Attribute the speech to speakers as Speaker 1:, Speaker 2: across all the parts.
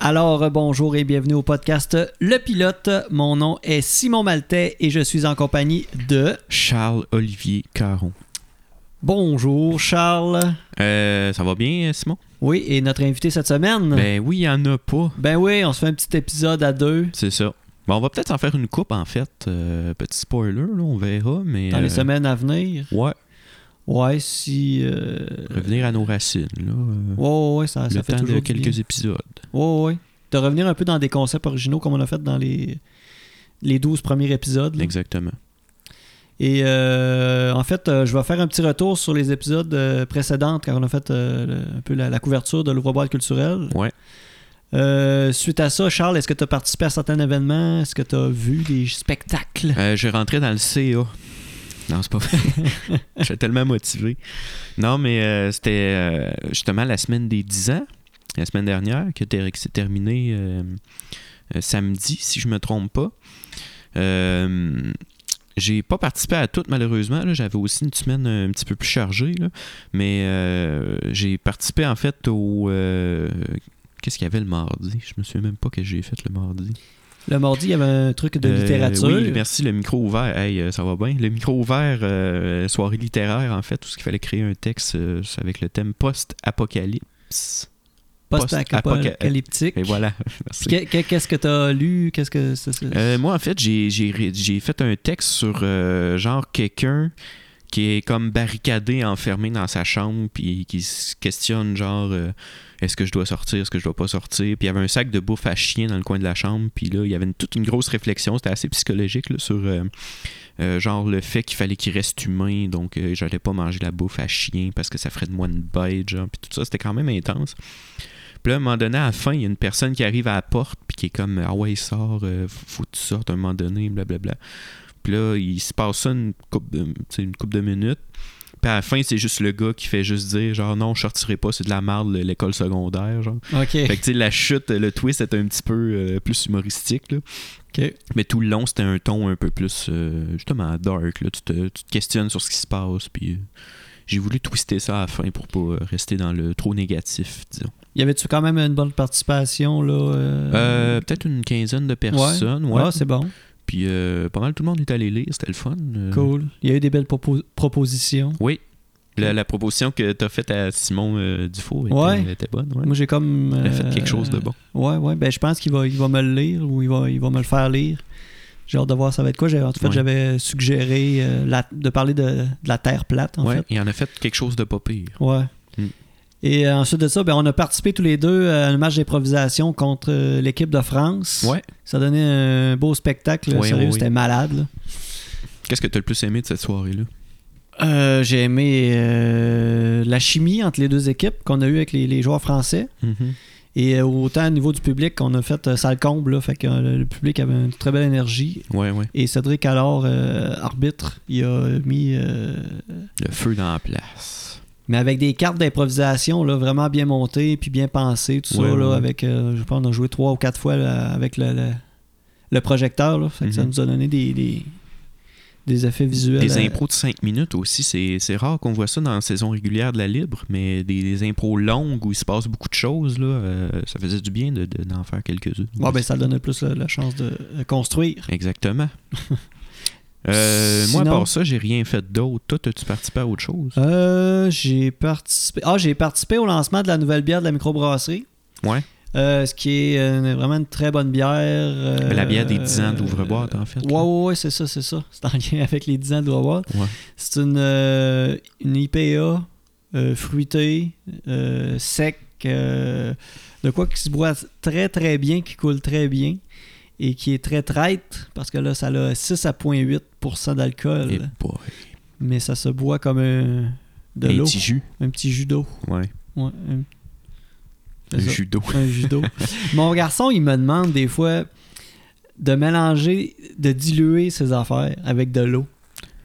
Speaker 1: Alors, euh, bonjour et bienvenue au podcast Le Pilote. Mon nom est Simon Maltais et je suis en compagnie de...
Speaker 2: Charles-Olivier Caron.
Speaker 1: Bonjour Charles.
Speaker 2: Euh, ça va bien, Simon?
Speaker 1: Oui, et notre invité cette semaine?
Speaker 2: Ben oui, il n'y en a pas.
Speaker 1: Ben oui, on se fait un petit épisode à deux.
Speaker 2: C'est ça. Bon, on va peut-être en faire une coupe, en fait. Euh, petit spoiler, là, on verra, mais...
Speaker 1: Dans les
Speaker 2: euh,
Speaker 1: semaines à venir.
Speaker 2: Ouais,
Speaker 1: Ouais, si... euh,
Speaker 2: revenir à nos racines, là. euh,
Speaker 1: Ouais, ouais, ouais, ça,
Speaker 2: le
Speaker 1: ça fait
Speaker 2: temps de
Speaker 1: toujours du bien.
Speaker 2: quelques épisodes.
Speaker 1: Ouais, ouais. De revenir un peu dans des concepts originaux comme on a fait dans les, les 12 premiers épisodes. là.
Speaker 2: Exactement.
Speaker 1: Et euh, en fait, euh, je vais faire un petit retour sur les épisodes euh, précédents quand on a fait euh, le- un peu la, la couverture de l'ouvre boîte culturelle.
Speaker 2: Ouais.
Speaker 1: Euh, suite à ça, Charles, est-ce que tu as participé à certains événements? Est-ce que tu as vu des spectacles?
Speaker 2: Euh, j'ai rentré dans le CA. Non, c'est pas vrai. J'étais tellement motivé. Non, mais euh, c'était euh, justement la semaine des 10 ans, la semaine dernière, que ter- qui s'est terminée euh, euh, samedi, si je me trompe pas. Euh, j'ai pas participé à tout, malheureusement. là. J'avais aussi une semaine euh, un petit peu plus chargée. là. Mais euh, j'ai participé, en fait, au... euh, Qu'est-ce qu'il y avait le mardi? Je me souviens même pas que j'ai fait le mardi.
Speaker 1: Le mardi, il y avait un truc de
Speaker 2: Euh,
Speaker 1: littérature.
Speaker 2: oui, merci, le micro ouvert. Hey, euh, ça va bien. Le micro ouvert, euh, soirée littéraire, en fait, où il fallait créer un texte euh, avec le thème post-apocalypse.
Speaker 1: Post-apocalyptique.
Speaker 2: Et voilà. Merci.
Speaker 1: Puis que- que- Qu'est-ce que tu as lu? Qu'est-ce que c'est- c'est-
Speaker 2: Euh, moi, en fait, j'ai- j'ai ré- j'ai fait un texte sur euh, genre quelqu'un qui est comme barricadé, enfermé dans sa chambre, puis qui se questionne genre euh, est-ce que je dois sortir, est-ce que je dois pas sortir. Puis il y avait un sac de bouffe à chien dans le coin de la chambre, puis là, il y avait une- toute une grosse réflexion, c'était assez psychologique là, sur euh, euh, genre le fait qu'il fallait qu'il reste humain, donc euh, j'allais pas manger la bouffe à chien parce que ça ferait de moi une bête, genre, puis tout ça, c'était quand même intense. Puis là, à un moment donné, à la fin, il y a une personne qui arrive à la porte, puis qui est comme Ah ouais, sort, euh, faut que tu sortes à un moment donné, blablabla. Puis là, il se passe ça une coupe de, tu sais, une couple de minutes. Puis à la fin, c'est juste le gars qui fait juste dire genre non, je sortirai pas, c'est de la merde le- l'école secondaire. Genre.
Speaker 1: OK.
Speaker 2: Fait que tu sais, la chute, le twist est un petit peu euh, plus humoristique. Là.
Speaker 1: OK.
Speaker 2: Mais tout le long, c'était un ton un peu plus euh, justement dark. Là. Tu, te, tu te questionnes sur ce qui se passe. Puis euh, j'ai voulu twister ça à la fin pour pas euh, rester dans le trop négatif, disons.
Speaker 1: Y avait-tu quand même une bonne participation? là euh?
Speaker 2: Euh, Peut-être une quinzaine de personnes, ouais.
Speaker 1: Ah, c'est bon.
Speaker 2: Puis euh, pas mal tout le monde est allé lire, c'était le fun. Euh,
Speaker 1: Cool. Il y a eu des belles propos- propositions.
Speaker 2: Oui. La, la proposition que t'as faite à Simon euh, Dufault était,
Speaker 1: Ouais.
Speaker 2: était bonne, ouais.
Speaker 1: Moi, j'ai comme.
Speaker 2: Il a
Speaker 1: euh,
Speaker 2: fait quelque chose de bon.
Speaker 1: Ouais, ouais. Ben, je pense qu'il va, il va me le lire ou il va, il va me le faire lire. J'ai hâte de voir ça va être quoi. J'ai- En tout fait,
Speaker 2: Ouais.
Speaker 1: j'avais suggéré euh, la- de parler de, de la Terre plate, en
Speaker 2: ouais,
Speaker 1: fait.
Speaker 2: il en a fait quelque chose de pas pire.
Speaker 1: Ouais.
Speaker 2: Mm.
Speaker 1: Et euh, ensuite de ça, ben, on a participé tous les deux euh, à un match d'improvisation contre euh, l'équipe de France.
Speaker 2: Ouais.
Speaker 1: Ça donnait un beau spectacle.
Speaker 2: Ouais,
Speaker 1: sérieux,
Speaker 2: ouais,
Speaker 1: c'était
Speaker 2: ouais.
Speaker 1: malade. là.
Speaker 2: Qu'est-ce que t'as le plus aimé de cette soirée-là?
Speaker 1: Euh, j'ai aimé euh, la chimie entre les deux équipes qu'on a eu avec les, les joueurs français. Et euh, autant au niveau du public qu'on a fait euh, salle comble, là, fait que euh, le- le public avait une très belle énergie.
Speaker 2: Ouais, ouais.
Speaker 1: Et Cédric alors
Speaker 2: euh,
Speaker 1: arbitre, il a mis euh,
Speaker 2: Le feu dans la place.
Speaker 1: mais avec des cartes d'improvisation là, vraiment bien montées puis bien pensées, tout ça
Speaker 2: Ouais,
Speaker 1: là,
Speaker 2: ouais.
Speaker 1: avec euh, je pense on a joué trois ou quatre fois là, avec le, le- le projecteur là, Fait que ça
Speaker 2: Mhm.
Speaker 1: nous a donné des, des, des effets visuels.
Speaker 2: Des
Speaker 1: euh,
Speaker 2: impros de 5 minutes aussi, c'est c'est rare qu'on voit ça dans la saison régulière de la Libre, mais des, des impros longues où il se passe beaucoup de choses, là, euh, ça faisait du bien d'en de, d'en faire quelques-unes.
Speaker 1: Ouais, ben, ça donne plus la, la chance de euh, construire.
Speaker 2: Exactement. Euh, Moi,
Speaker 1: Sinon-
Speaker 2: à part ça, j'ai rien fait d'autre. Toi, as-tu participé à autre chose?
Speaker 1: Euh, j'ai participé. Ah, j'ai participé au lancement de la nouvelle bière de la microbrasserie.
Speaker 2: Ouais.
Speaker 1: Euh, ce qui est euh, vraiment une très bonne bière. euh,
Speaker 2: La bière des 10 ans d'ouvre-boîte, en fait.
Speaker 1: Ouais,
Speaker 2: là.
Speaker 1: ouais, ouais, c'est ça, c'est ça. C'est en lien avec les 10 ans d'ouvre-boîte.
Speaker 2: Ouais.
Speaker 1: C'est une, euh, une IPA euh, fruitée, euh, sec, euh, de quoi qui se boit très très bien, qui coule très bien et qui est très traite parce que là, ça a 6 à 0.8% d'alcool.
Speaker 2: Et boy.
Speaker 1: Mais ça se boit comme un, de
Speaker 2: Un
Speaker 1: l'eau,
Speaker 2: petit jus.
Speaker 1: un petit jus d'eau.
Speaker 2: Ouais.
Speaker 1: Ouais, un-
Speaker 2: Un
Speaker 1: C'est ça,
Speaker 2: jus d'eau.
Speaker 1: un jus d'eau. Mon garçon, il me demande des fois de mélanger, de diluer ses affaires avec de l'eau.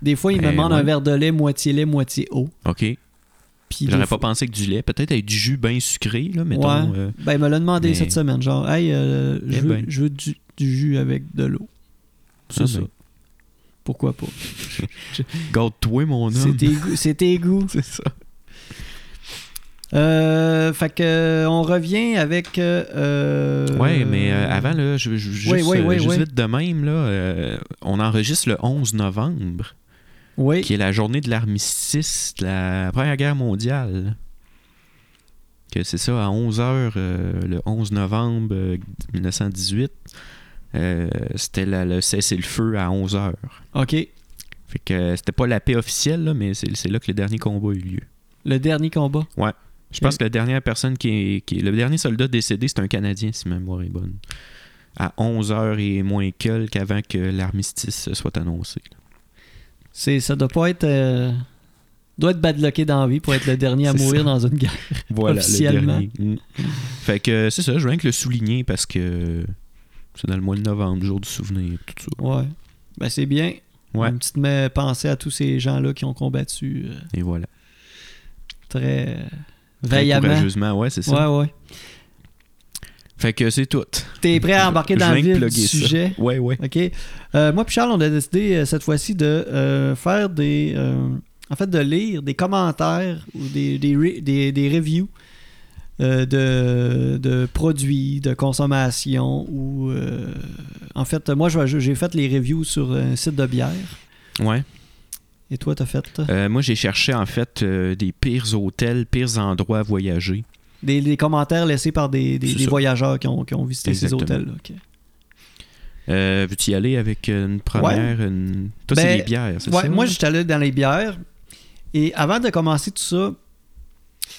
Speaker 1: Des fois, il me
Speaker 2: Ben
Speaker 1: demande un
Speaker 2: ouais.
Speaker 1: verre de lait moitié lait, moitié eau.
Speaker 2: OK.
Speaker 1: Puis des
Speaker 2: J'aurais
Speaker 1: fois-
Speaker 2: pas pensé que du lait. Peut-être avec du jus bien sucré, là, mettons.
Speaker 1: Ouais.
Speaker 2: euh,
Speaker 1: Ben, il me l'a demandé
Speaker 2: Mais-
Speaker 1: cette semaine. Genre, hey, euh, je,
Speaker 2: Eh
Speaker 1: veux,
Speaker 2: ben.
Speaker 1: je veux du, du jus avec de l'eau. C'est
Speaker 2: Ah
Speaker 1: ça.
Speaker 2: ben.
Speaker 1: Pourquoi pas?
Speaker 2: Garde-toi, mon homme.
Speaker 1: C'est tes goûts- c'est tes goûts.
Speaker 2: C'est ça.
Speaker 1: Euh, fait que on revient avec. euh,
Speaker 2: Ouais, mais euh, avant, là, je, je- juste,
Speaker 1: oui,
Speaker 2: euh,
Speaker 1: oui,
Speaker 2: juste
Speaker 1: oui.
Speaker 2: vite de même, là, euh, on enregistre le 11 novembre,
Speaker 1: Oui.
Speaker 2: qui est la journée de l'armistice de la Première Guerre mondiale. Que c'est ça, à 11h, le 11 novembre euh, 1918, euh, c'était la- le cessez-le-feu à 11h.
Speaker 1: Ok.
Speaker 2: Fait que euh, c'était pas la paix officielle, là, mais c'est c'est là que le dernier combat a eu lieu.
Speaker 1: Le dernier combat.
Speaker 2: Je pense que la dernière personne qui est, qui est- Le dernier soldat décédé, c'est un Canadien, si ma mémoire est bonne. À 11h et moins quelques avant que l'armistice soit annoncé.
Speaker 1: C'est, ça doit pas être. euh, doit être badlocké dans la vie pour être le dernier à
Speaker 2: C'est
Speaker 1: mourir
Speaker 2: ça.
Speaker 1: dans une guerre.
Speaker 2: Voilà,
Speaker 1: Officiellement.
Speaker 2: le dernier. Mm. Fait que euh, c'est ça, je veux rien que le souligner parce que c'est dans le mois de novembre, jour du souvenir, tout ça.
Speaker 1: Ouais. Ben, c'est bien.
Speaker 2: Ouais.
Speaker 1: Une petite mais, pensée à tous ces gens-là qui ont combattu euh,
Speaker 2: Et voilà.
Speaker 1: très euh,
Speaker 2: Très
Speaker 1: vaillamment.
Speaker 2: courageusement, ouais, c'est ça.
Speaker 1: Ouais, ouais.
Speaker 2: Fait que c'est tout.
Speaker 1: T'es prêt à embarquer
Speaker 2: Je
Speaker 1: dans le
Speaker 2: viens de
Speaker 1: vif du
Speaker 2: plugger ça.
Speaker 1: sujet?
Speaker 2: Ouais, ouais.
Speaker 1: OK. Euh, moi puis Charles, on a décidé euh, cette fois-ci de euh, faire des... euh, en fait, de lire des commentaires ou des, des, re- des- des reviews euh, de, de produits, de consommation ou... euh, en fait, moi, je vais- j'ai fait les reviews sur un site de bière.
Speaker 2: Ouais.
Speaker 1: Et toi, t'as fait
Speaker 2: Euh, moi, j'ai cherché en fait euh, des pires hôtels, pires endroits à voyager.
Speaker 1: des, des commentaires laissés par des, des-
Speaker 2: C'est
Speaker 1: des
Speaker 2: ça.
Speaker 1: voyageurs qui ont, qui ont visité
Speaker 2: Exactement.
Speaker 1: ces hôtels-là. OK.
Speaker 2: Euh, Veux-tu y aller avec une première une... Toi,
Speaker 1: Ben,
Speaker 2: c'est les bières, c'est
Speaker 1: Ouais,
Speaker 2: ça?
Speaker 1: moi, j'étais allé dans les bières. Et avant de commencer tout ça,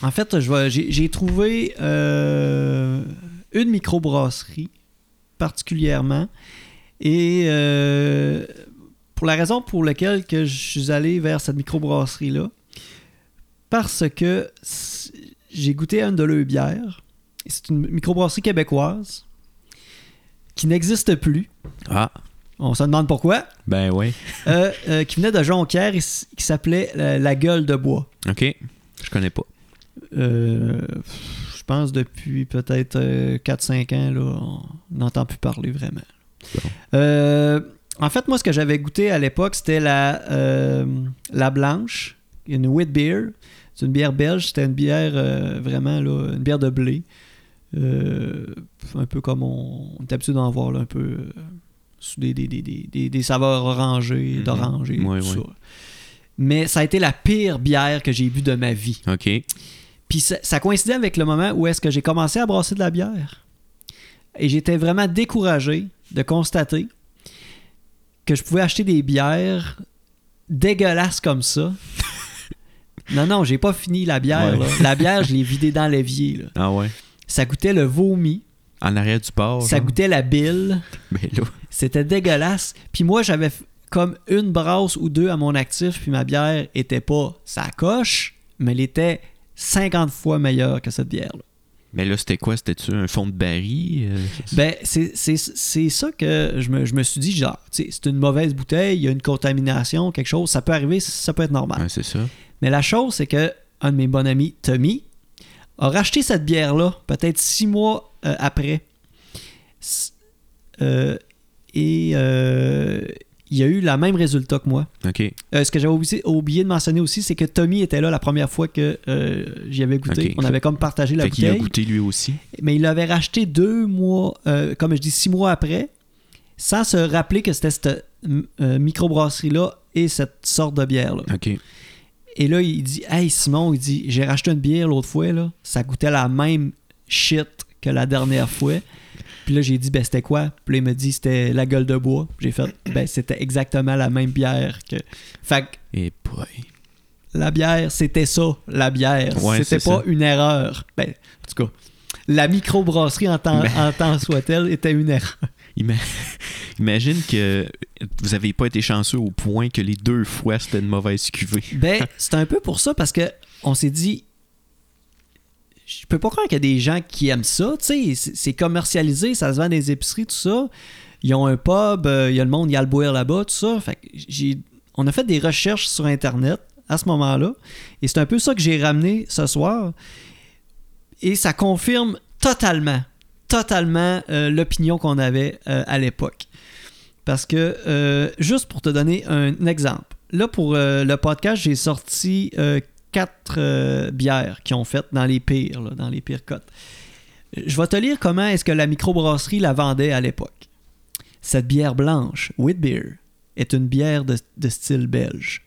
Speaker 1: en fait, je vais- j'ai j'ai trouvé euh, une microbrasserie particulièrement. Et euh, pour la raison pour laquelle que je suis allé vers cette microbrasserie-là, parce que c- j'ai goûté à une de leurs bières. C'est une microbrasserie québécoise qui n'existe plus.
Speaker 2: Ah,
Speaker 1: On se demande pourquoi.
Speaker 2: ben ouais.
Speaker 1: Euh, euh, qui venait de Jonquière et s- qui s'appelait euh, La Gueule de Bois.
Speaker 2: OK. Je connais pas.
Speaker 1: Euh, pff, je pense depuis peut-être euh, 4-5 ans, là, on n'entend plus parler vraiment. Euh, en fait, moi, ce que j'avais goûté à l'époque, c'était la, euh, la Blanche, une wheat beer. C'est une bière belge, c'était une bière euh, vraiment, là, une bière de blé. Euh, un peu comme on, on est habitué d'en voir, là, un peu euh, sous des, des, des- des- des- des saveurs orangées,
Speaker 2: Mhm.
Speaker 1: d'orange et
Speaker 2: Ouais,
Speaker 1: tout
Speaker 2: ouais.
Speaker 1: ça. Mais ça a été la pire bière que j'ai bu de ma vie.
Speaker 2: OK.
Speaker 1: Puis ça, ça coïncidait avec le moment où est-ce que j'ai commencé à brasser de la bière. Et j'étais vraiment découragé de constater que je pouvais acheter des bières dégueulasses comme ça. non, non, j'ai pas fini la bière.
Speaker 2: Ouais.
Speaker 1: là. La bière, je l'ai vidée dans l'évier. là.
Speaker 2: Ah ouais.
Speaker 1: Ça goûtait le vomi,
Speaker 2: En arrière du port.
Speaker 1: ça goûtait la bile,
Speaker 2: Mais là,
Speaker 1: c'était dégueulasse. Puis moi, j'avais f- comme une brasse ou deux à mon actif, puis ma bière était pas sa coche, mais elle était 50 fois meilleure que cette bière.
Speaker 2: mais là c'était quoi? C'était-tu un fond de baril? Euh, c'est-
Speaker 1: Ben, c'est c'est- c'est ça que je me, je me suis dit, genre, tu sais, c'est une mauvaise bouteille, il y a une contamination, quelque chose, ça peut arriver, ça peut être normal.
Speaker 2: Ouais, c'est ça.
Speaker 1: Mais la chose, c'est que un de mes bons amis, Tommy, a racheté cette bière-là, peut-être six mois euh, après. S- euh, et euh, il a eu le même résultat que moi.
Speaker 2: OK.
Speaker 1: Euh, ce que j'avais oublié, oublié de mentionner aussi, c'est que Tommy était là la première fois que euh, j'y avais goûté.
Speaker 2: Ok.
Speaker 1: On avait comme partagé la
Speaker 2: fait qu'il a
Speaker 1: bouteille.
Speaker 2: goûté lui aussi.
Speaker 1: Mais il l'avait racheté deux mois, euh, comme je dis, six mois après, sans se rappeler que c'était cette euh, microbrasserie-là et cette sorte de bière-là.
Speaker 2: OK.
Speaker 1: Et là, il dit Hey Simon, il dit J'ai racheté une bière l'autre fois, là. ça goûtait la même shit que la dernière fois. Puis là, j'ai dit Ben, c'était quoi Puis là, il me dit C'était la gueule de bois. J'ai fait Ben, c'était exactement la même bière que. Fait que
Speaker 2: Et boy.
Speaker 1: la bière, c'était ça, la bière.
Speaker 2: Ouais,
Speaker 1: c'était
Speaker 2: c'est
Speaker 1: pas
Speaker 2: ça.
Speaker 1: une erreur. Ben, en tout cas, la microbrasserie en tant,
Speaker 2: Ben.
Speaker 1: en tant soit-elle était une erreur.
Speaker 2: Ima- Imagine que vous avez pas été chanceux au point que les deux fois c'était une mauvaise cuvée.
Speaker 1: Ben, c'est un peu pour ça parce que on s'est dit je peux pas croire qu'il y a des gens qui aiment ça, tu sais, c'est- c'est commercialisé, ça se vend dans les épiceries tout ça. Ils ont un pub, euh, il y a le monde, il y a le boire là-bas, tout ça. Fait que j'ai on a fait des recherches sur internet à ce moment-là et c'est un peu ça que j'ai ramené ce soir et ça confirme totalement totalement euh, l'opinion qu'on avait euh, à l'époque. Parce que, euh, juste pour te donner un exemple, là, pour euh, le podcast, j'ai sorti euh, quatre euh, bières qu'ils ont faites dans les pires, là, dans les pires cotes. Je vais te lire comment est-ce que la microbrasserie la vendait à l'époque. Cette bière blanche, Whitbeer, est une bière de, de style belge.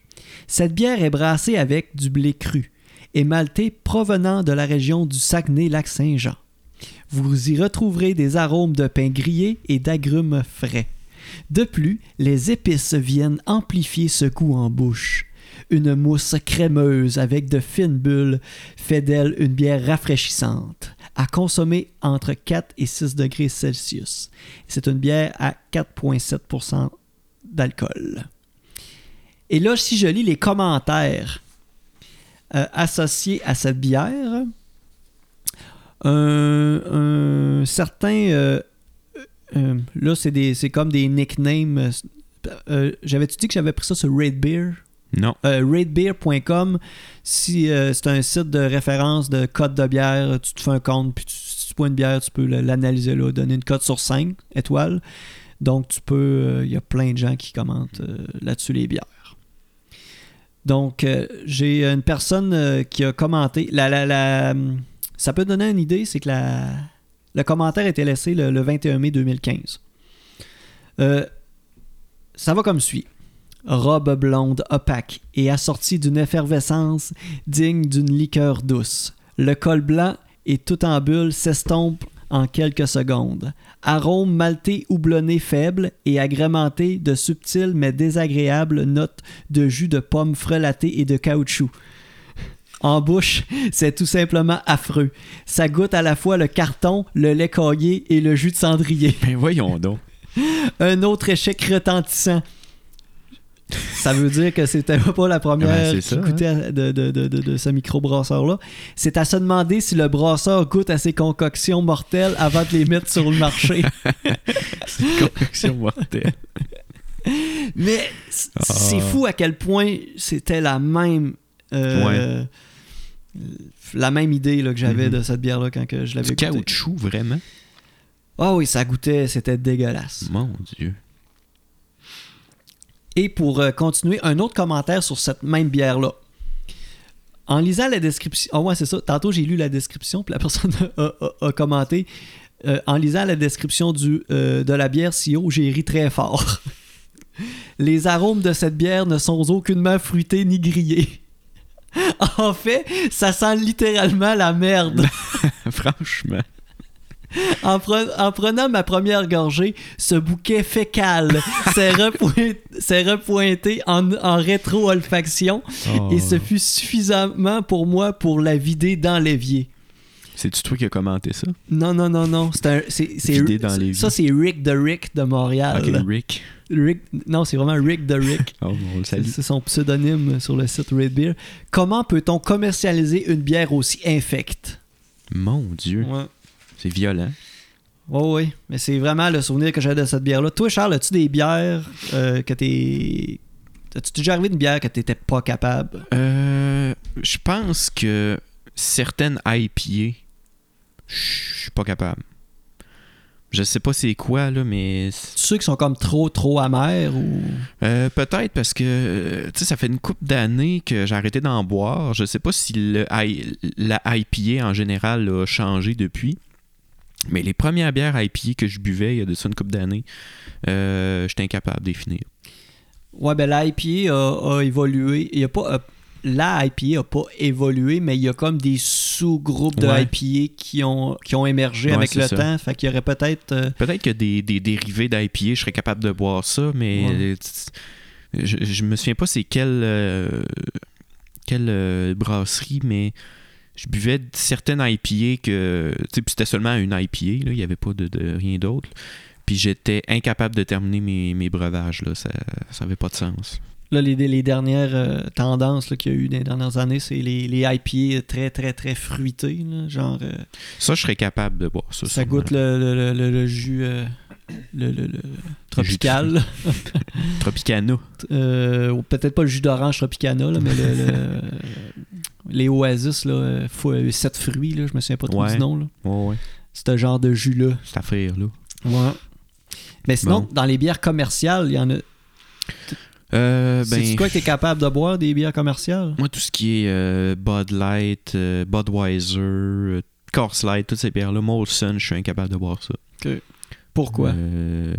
Speaker 1: Cette bière est brassée avec du blé cru et malté provenant de la région du Saguenay-Lac-Saint-Jean. Vous y retrouverez des arômes de pain grillé et d'agrumes frais. De plus, les épices viennent amplifier ce goût en bouche. Une mousse crémeuse avec de fines bulles fait d'elle une bière rafraîchissante, à consommer entre 4 et 6 degrés Celsius. C'est une bière à 4,7 d'alcool. Et là, si je lis les commentaires euh, associés à cette bière, un, un certain. euh, euh, là, c'est des- c'est comme des nicknames. Euh, J'avais-tu dit que j'avais pris ça sur Red Beer?
Speaker 2: Non.
Speaker 1: Euh, ratebeer.com, si euh, c'est un site de référence de cote de bière, tu te fais un compte, puis tu- si tu bois une bière, tu peux le- l'analyser là, donner une cote sur 5 étoiles. Donc, tu peux, euh, il y a plein de gens qui commentent euh, là-dessus les bières. Donc, euh, j'ai une personne euh, qui a commenté. La, la, la- ça peut donner une idée, c'est que la, le commentaire a été laissé le, le 21 mai 2015. Euh, ça va comme suit. Robe blonde opaque et assortie d'une effervescence digne d'une liqueur douce. Le col blanc et tout en bulle s'estompe en quelques secondes. Arôme malté houblonné faible et agrémenté de subtiles mais désagréables notes de jus de pomme frelatée et de caoutchouc. En bouche, c'est tout simplement affreux. Ça goûte à la fois le carton, le lait caillé et le jus de cendrier.
Speaker 2: Ben voyons donc.
Speaker 1: Un autre échec retentissant. Ça veut dire que c'était pas la
Speaker 2: Ben,
Speaker 1: première
Speaker 2: c'est
Speaker 1: qui
Speaker 2: ça, hein.
Speaker 1: goûtait à- de, de, de, de, de ce microbrasseur-là. C'est à se demander si le brasseur goûte à ses concoctions mortelles avant de les mettre sur le marché.
Speaker 2: C'est une concoction mortelle.
Speaker 1: Mais c- c'est
Speaker 2: Ah.
Speaker 1: fou à quel point c'était la même. euh, La même idée là, que j'avais
Speaker 2: Mhm.
Speaker 1: de cette bière-là quand que je l'avais
Speaker 2: Du
Speaker 1: goûtée.
Speaker 2: caoutchouc, vraiment?
Speaker 1: Ah oui, ça goûtait, c'était dégueulasse.
Speaker 2: Mon Dieu.
Speaker 1: Et pour euh, continuer, un autre commentaire sur cette même bière-là. En lisant la description. Ah ouais, c'est ça. Tantôt, j'ai lu la description, puis la personne a, a- a commenté. Euh, en lisant la description du, euh, de la bière Sio, j'ai ri très fort. Les arômes de cette bière ne sont aucunement fruités ni grillés. En fait, ça sent littéralement la merde.
Speaker 2: Franchement.
Speaker 1: En, pre- en prenant ma première gorgée, ce bouquet fécal s'est repoint- s'est repointé en, en rétro-olfaction
Speaker 2: Oh
Speaker 1: et ce fut suffisamment pour moi pour la vider dans l'évier.
Speaker 2: C'est-tu toi qui as commenté ça?
Speaker 1: Non, non, non, non. C'est un- c'est- c'est-
Speaker 2: Vider dans l'évier.
Speaker 1: Ça, c'est Rick de Rick de Montréal.
Speaker 2: Ok, Rick.
Speaker 1: Rick, non, c'est vraiment Rick de Rick.
Speaker 2: Oh, on le
Speaker 1: C'est
Speaker 2: salue.
Speaker 1: c'est son pseudonyme sur le site Red Beer. Comment peut-on commercialiser une bière aussi infecte?
Speaker 2: Mon Dieu.
Speaker 1: Ouais.
Speaker 2: C'est violent.
Speaker 1: Oui, oui. Mais c'est vraiment le souvenir que j'ai de cette bière-là. Toi, Charles, as-tu des bières euh, que t'es. As-tu déjà arrivé d'une bière que t'étais pas capable?
Speaker 2: Euh, je pense que certaines IPA, je suis pas capable. Je sais pas c'est quoi, là, mais. c'est-
Speaker 1: Ceux qui sont comme trop, trop amers ou.
Speaker 2: Euh, Peut-être parce que, euh, tu sais, ça fait une couple d'années que j'ai arrêté d'en boire. Je sais pas si le, I- la IPA en général a changé depuis. Mais les premières bières IPA que je buvais il y a de ça une couple d'années, euh, j'étais incapable de les finir.
Speaker 1: Ouais, ben l'IPA a, a évolué. Il y a pas. euh, la IPA a pas évolué, mais il y a comme des sous-groupes de
Speaker 2: Ouais.
Speaker 1: IPA qui ont, qui ont émergé
Speaker 2: Ouais,
Speaker 1: avec
Speaker 2: c'est
Speaker 1: le
Speaker 2: ça.
Speaker 1: temps. Fait qu'il y aurait peut-être. euh,
Speaker 2: Peut-être que des, des dérivés d'IPA, je serais capable de boire ça, mais
Speaker 1: Ouais.
Speaker 2: euh, tu- je, je me souviens pas c'est quelle, euh, quelle euh, brasserie, mais je buvais de certaines IPA que. Tu sais, puis c'était seulement une IPA, là, il n'y avait pas de, de rien d'autre. Puis j'étais incapable de terminer mes, mes breuvages, là, ça n'avait pas de sens.
Speaker 1: Là, les, les dernières euh, tendances là, qu'il y a eu dans les dernières années, c'est les, les IPA très, très, très fruitées. là, genre, euh,
Speaker 2: Ça, je serais capable de boire
Speaker 1: ça
Speaker 2: ça. sûrement.
Speaker 1: goûte le, le- le- le- le jus euh, le, le- le- tropical.
Speaker 2: Tropicana.
Speaker 1: Euh, ou Peut-être pas le jus d'orange Tropicana, là, mais le- le- les Oasis, là, euh, fou- euh, sept fruits, là, je me souviens pas trop
Speaker 2: Ouais.
Speaker 1: du nom. là.
Speaker 2: Ouais, ouais.
Speaker 1: Ce genre de jus-là.
Speaker 2: Cette affaire-là.
Speaker 1: Mais sinon,
Speaker 2: Bon.
Speaker 1: dans les bières commerciales, il y en a.
Speaker 2: Euh, ben,
Speaker 1: C'est quoi que t'es capable de boire des bières commerciales?
Speaker 2: Moi, tout ce qui est euh, Bud Light, euh, Budweiser, euh, Coors Light, toutes ces bières-là, Molson, je suis incapable de boire ça.
Speaker 1: Pourquoi?
Speaker 2: Euh,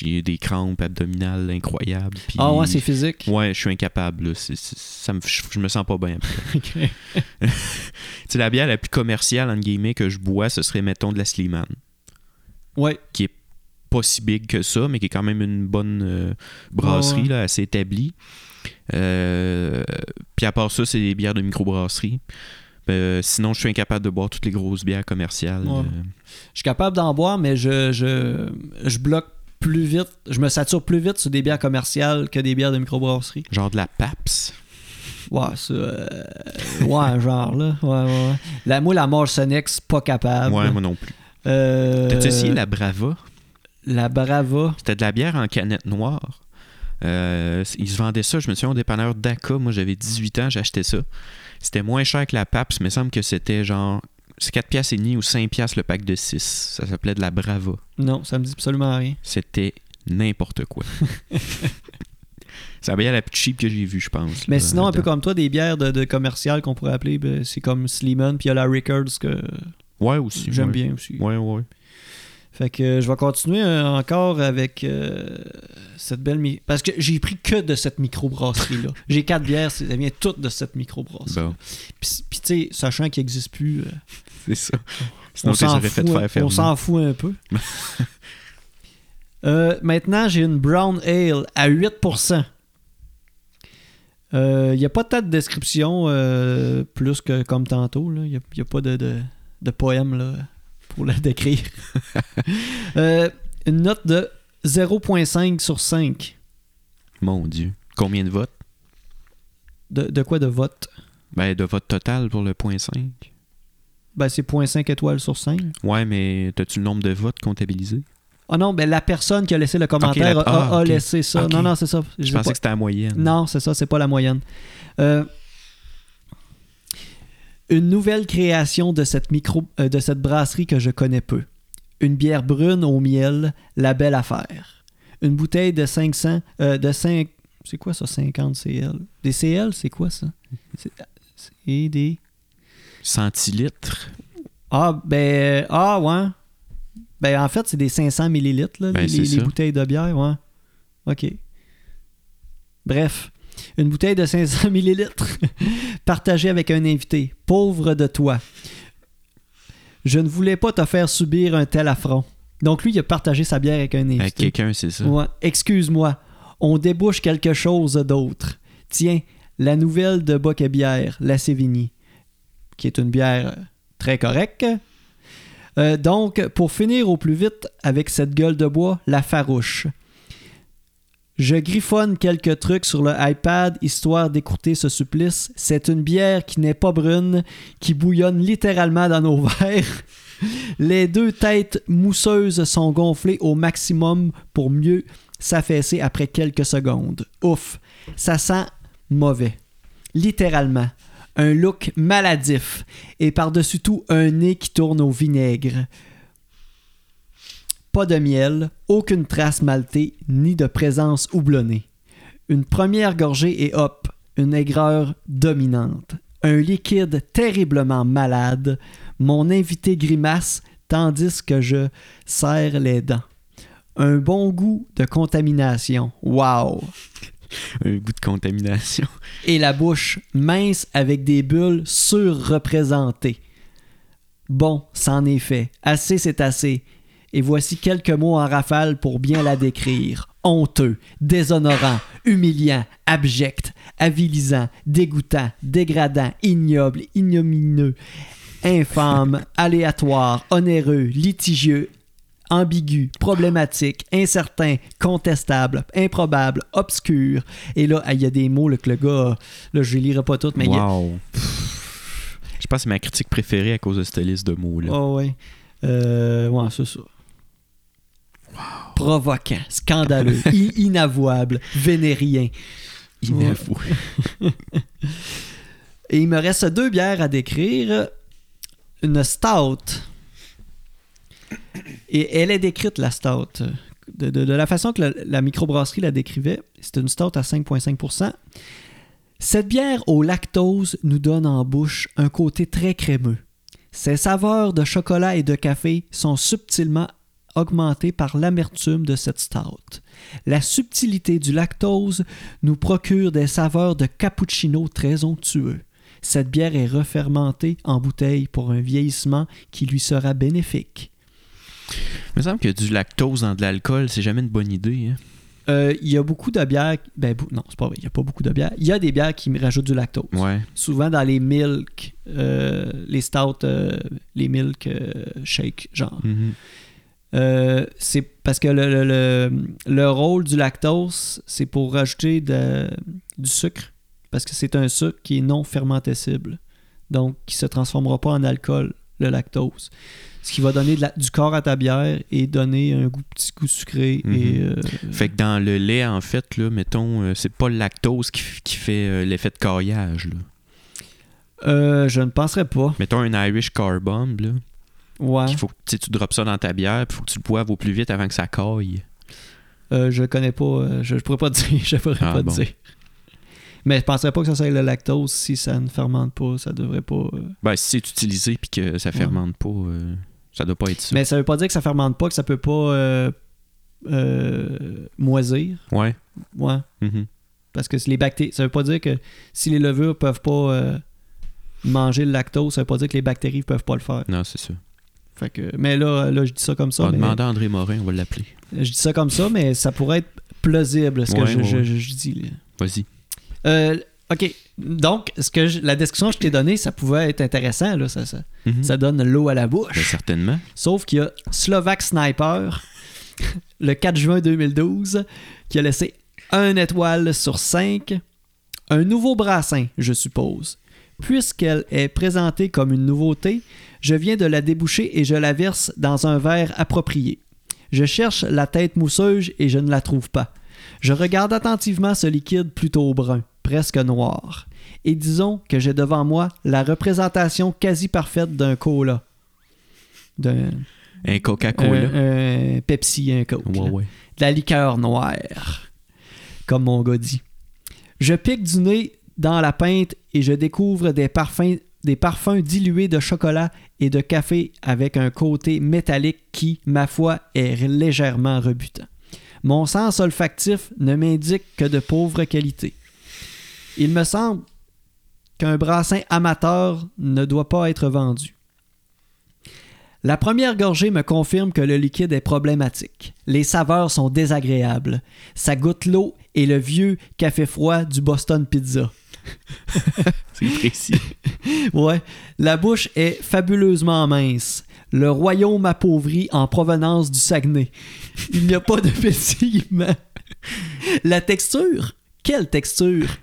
Speaker 2: J'ai des crampes abdominales incroyables. puis-
Speaker 1: ah ouais, c'est physique.
Speaker 2: Ouais, je suis incapable. là. C'est- c'est- ça me, je, je me sens pas bien. Tu
Speaker 1: Ok.
Speaker 2: sais, la bière la plus commerciale, entre guillemets, que je bois, ce serait, mettons, de la Sliman.
Speaker 1: Ouais.
Speaker 2: Pas si big que ça, mais qui est quand même une bonne euh,
Speaker 1: Ouais,
Speaker 2: brasserie,
Speaker 1: ouais.
Speaker 2: là, assez établie. Euh, puis à part ça, c'est des bières de microbrasserie. Euh, sinon, je suis incapable de boire toutes les grosses bières commerciales.
Speaker 1: Ouais.
Speaker 2: euh,
Speaker 1: Je suis capable d'en boire, mais je, je, je bloque plus vite. Je me sature plus vite sur des bières commerciales que des bières de microbrasserie.
Speaker 2: genre de la PAPS.
Speaker 1: Ouais, ça. euh, ouais, genre, là. Ouais, ouais, ouais. La, moi, la Molson X, pas capable.
Speaker 2: ouais, moi non plus.
Speaker 1: Ah, Euh,
Speaker 2: T'as-tu essayé la Brava?
Speaker 1: la Brava.
Speaker 2: C'était de la bière en canette noire. Euh, c- ils se vendaient ça, je me souviens, au dépanneur DACA. Moi, j'avais 18 ans, j'achetais ça. C'était moins cher que la PAPS, mais il me semble que c'était genre c'est 4 piastres et demi ou 5 piastres le pack de 6. Ça s'appelait de la Brava.
Speaker 1: Non, ça me dit absolument rien.
Speaker 2: C'était n'importe quoi. C'est la bière la plus cheap que j'ai vue, je pense.
Speaker 1: Mais
Speaker 2: là,
Speaker 1: sinon, un peu
Speaker 2: là-dedans.
Speaker 1: comme toi, des bières de, de commerciales qu'on pourrait appeler, ben, c'est comme Sliman, puis il y a la Rickards que
Speaker 2: Ouais, aussi.
Speaker 1: j'aime
Speaker 2: ouais.
Speaker 1: bien aussi.
Speaker 2: Ouais, ouais.
Speaker 1: Fait que euh, je vais continuer euh, encore avec euh, cette belle. mi- Parce que j'ai pris que de cette microbrasserie-là. j'ai quatre bières, c'est- elles viennent toutes de cette microbrasserie.
Speaker 2: Bon,
Speaker 1: Puis, puis tu sais, sachant qu'il n'existe plus, euh,
Speaker 2: c'est ça. Sinon,
Speaker 1: on
Speaker 2: tu les
Speaker 1: s'en
Speaker 2: aurais fait
Speaker 1: fout,
Speaker 2: faire
Speaker 1: un- on
Speaker 2: fermer.
Speaker 1: s'en fout un peu. Euh, maintenant, j'ai une Brown Ale à 8%. Il n'y Euh, a pas tant de description, euh, plus que comme tantôt. Il n'y a, y a pas de, de, de poème là, pour la décrire. Euh, une note de 0.5 sur 5.
Speaker 2: Mon Dieu. Combien de votes
Speaker 1: De, de quoi de vote
Speaker 2: Ben, de votes total pour le point 5.
Speaker 1: ben, C'est 0.5 étoiles sur 5.
Speaker 2: Ouais, mais t'as-tu le nombre de votes comptabilisés?
Speaker 1: Ah non, ben, la personne qui a laissé le commentaire
Speaker 2: la-
Speaker 1: a- a,
Speaker 2: ah, ok.
Speaker 1: laissé ça.
Speaker 2: Ok.
Speaker 1: Non, non, c'est ça.
Speaker 2: Je,
Speaker 1: J'ai
Speaker 2: pensais
Speaker 1: pas-
Speaker 2: que c'était la moyenne.
Speaker 1: Non, c'est ça, c'est pas la moyenne. Euh, une nouvelle création de cette, micro, euh, de cette brasserie que je connais peu. Une bière brune au miel, la belle affaire. Une bouteille de 500, euh, de 5, c'est quoi ça, 50 CL? Des CL, c'est quoi ça? C'est c'est des...
Speaker 2: Centilitres.
Speaker 1: Ah, ben, ah, ouais. Ben, en fait, c'est des 500 millilitres, là,
Speaker 2: Ben,
Speaker 1: les,
Speaker 2: c'est
Speaker 1: les- les
Speaker 2: ça.
Speaker 1: bouteilles de bière, ouais. OK. Bref, une bouteille de 500 millilitres partagée avec un invité. Pauvre de toi. Je ne voulais pas te faire subir un tel affront. Donc, lui, il a partagé sa bière avec un invité.
Speaker 2: Avec quelqu'un, c'est ça.
Speaker 1: Ouais. Excuse-moi, on débouche quelque chose d'autre. Tiens, la nouvelle de Boc et Bière, la Sévigny, qui est une bière euh, très correcte. Euh, donc, pour finir au plus vite avec cette gueule de bois, la farouche. Je griffonne quelques trucs sur le iPad histoire d'écouter ce supplice. C'est une bière qui n'est pas brune, qui bouillonne littéralement dans nos verres. Les deux têtes mousseuses sont gonflées au maximum pour mieux s'affaisser après quelques secondes. Ouf, ça sent mauvais. Littéralement. Un look maladif et par-dessus tout un nez qui tourne au vinaigre. Pas de miel, aucune trace maltée, ni de présence houblonnée. Une première gorgée et hop, une aigreur dominante. Un liquide terriblement malade. Mon invité grimace tandis que je serre les dents. Un bon goût de contamination. Wow!
Speaker 2: Un goût de contamination.
Speaker 1: et la bouche mince avec des bulles surreprésentées. Bon, c'en est fait. Assez, c'est assez. Et voici quelques mots en rafale pour bien la décrire. Honteux, déshonorant, humiliant, abject, avilisant, dégoûtant, dégradant, ignoble, ignominieux, infâme, aléatoire, onéreux, litigieux, ambigu, problématique, incertain, contestable, improbable, obscur. Et là, il y a des mots là, que le gars, là, je les lirai pas toutes, mais il y a-
Speaker 2: wow. Je pense que c'est ma critique préférée à cause de cette liste de mots-là.
Speaker 1: Ah ouais. Euh, ouais, c'est ça. Provoquant, scandaleux, i- inavouable, vénérien.
Speaker 2: Inavoué.
Speaker 1: Et il me reste deux bières à décrire. Une stout. Et elle est décrite, la stout, euh, de, de- de la façon que la, la microbrasserie la décrivait, c'est une stout à 5,5 Cette bière au lactose nous donne en bouche un côté très crémeux. Ses saveurs de chocolat et de café sont subtilement augmentées par l'amertume de cette stout. La subtilité du lactose nous procure des saveurs de cappuccino très onctueux. Cette bière est refermentée en bouteille pour un vieillissement qui lui sera bénéfique.
Speaker 2: Il me semble que du lactose dans de l'alcool, c'est jamais une bonne idée. hein.
Speaker 1: Euh, Il y a beaucoup de bières. Ben, bou- non, c'est pas vrai. Il n'y a pas beaucoup de bières. Il y a des bières qui rajoutent du lactose.
Speaker 2: Ouais.
Speaker 1: Souvent dans les milk, euh, les stouts, euh, les milk euh, shake, genre.
Speaker 2: Mhm.
Speaker 1: Euh, c'est parce que le, le- le- le rôle du lactose, c'est pour rajouter de- du sucre. Parce que c'est un sucre qui est non fermentescible. Donc, qui se transformera pas en alcool, le lactose. Ce qui va donner de la- du corps à ta bière et donner un goût, petit goût sucré.
Speaker 2: Mhm.
Speaker 1: et, euh,
Speaker 2: Fait que dans le lait, en fait, là, mettons, euh, c'est pas le lactose qui, f- qui fait euh, l'effet de caillage. là.
Speaker 1: euh, je ne penserais pas.
Speaker 2: Mettons un Irish Car Bomb, là,
Speaker 1: Ouais.
Speaker 2: qu'il faut que tu sais, tu droppes ça dans ta bière, puis faut que tu le boives au plus vite avant que ça caille.
Speaker 1: Euh, je connais pas. euh, je, je pourrais pas te dire. Je pourrais
Speaker 2: Ah,
Speaker 1: pas te
Speaker 2: bon.
Speaker 1: dire. Mais je penserais pas que ça soit le lactose. Si ça ne fermente pas, ça devrait pas. euh,
Speaker 2: Ben, si c'est utilisé puis que ça fermente pas, euh, ça doit pas être ça.
Speaker 1: Mais ça veut pas dire que ça fermente pas, que ça peut pas euh, euh, moisir.
Speaker 2: Ouais.
Speaker 1: Ouais.
Speaker 2: Mhm.
Speaker 1: Parce que c'est les bactéries. Ça veut pas dire que si les levures peuvent pas euh, manger le lactose, ça veut pas dire que les bactéries peuvent pas le faire.
Speaker 2: Non, c'est ça.
Speaker 1: Fait que, mais là, là, je dis ça comme
Speaker 2: on
Speaker 1: ça.
Speaker 2: va
Speaker 1: mais-
Speaker 2: demander à André Morin, on va l'appeler.
Speaker 1: je dis ça comme ça, mais ça pourrait être plausible ce que
Speaker 2: Ouais,
Speaker 1: je,
Speaker 2: ouais,
Speaker 1: je-
Speaker 2: ouais.
Speaker 1: je- je dis. là.
Speaker 2: Vas-y.
Speaker 1: Euh, OK. Donc, ce que je- la description que je t'ai donnée, ça pouvait être intéressant. Là, ça, ça,
Speaker 2: Mhm.
Speaker 1: ça donne l'eau à la bouche.
Speaker 2: Ben, certainement.
Speaker 1: Sauf qu'il y a Slovak Sniper, le 4 juin 2012, qui a laissé 1 étoile sur 5. Un nouveau brassin, je suppose. Puisqu'elle est présentée comme une nouveauté, je viens de la déboucher et je la verse dans un verre approprié. Je cherche la tête mousseuse et je ne la trouve pas. Je regarde attentivement ce liquide plutôt brun, presque noir. Et disons que j'ai devant moi la représentation quasi parfaite d'un cola. D'un
Speaker 2: Un Coca-Cola.
Speaker 1: un- un Euh, Pepsi, un Coke. là.
Speaker 2: ouais, ouais.
Speaker 1: De la liqueur noire, comme mon gars dit. Je pique du nez dans la pinte et je découvre des parfums, des parfums dilués de chocolat et de café avec un côté métallique qui, ma foi, est légèrement rebutant. Mon sens olfactif ne m'indique que de pauvres qualités. Il me semble qu'un brassin amateur ne doit pas être vendu. La première gorgée me confirme que le liquide est problématique. Les saveurs sont désagréables. Ça goûte l'eau et le vieux café froid du Boston Pizza.
Speaker 2: C'est précis.
Speaker 1: Ouais, la bouche est fabuleusement mince. Le royaume appauvri en provenance du Saguenay. Il n'y a pas de pétillement. La texture Quelle texture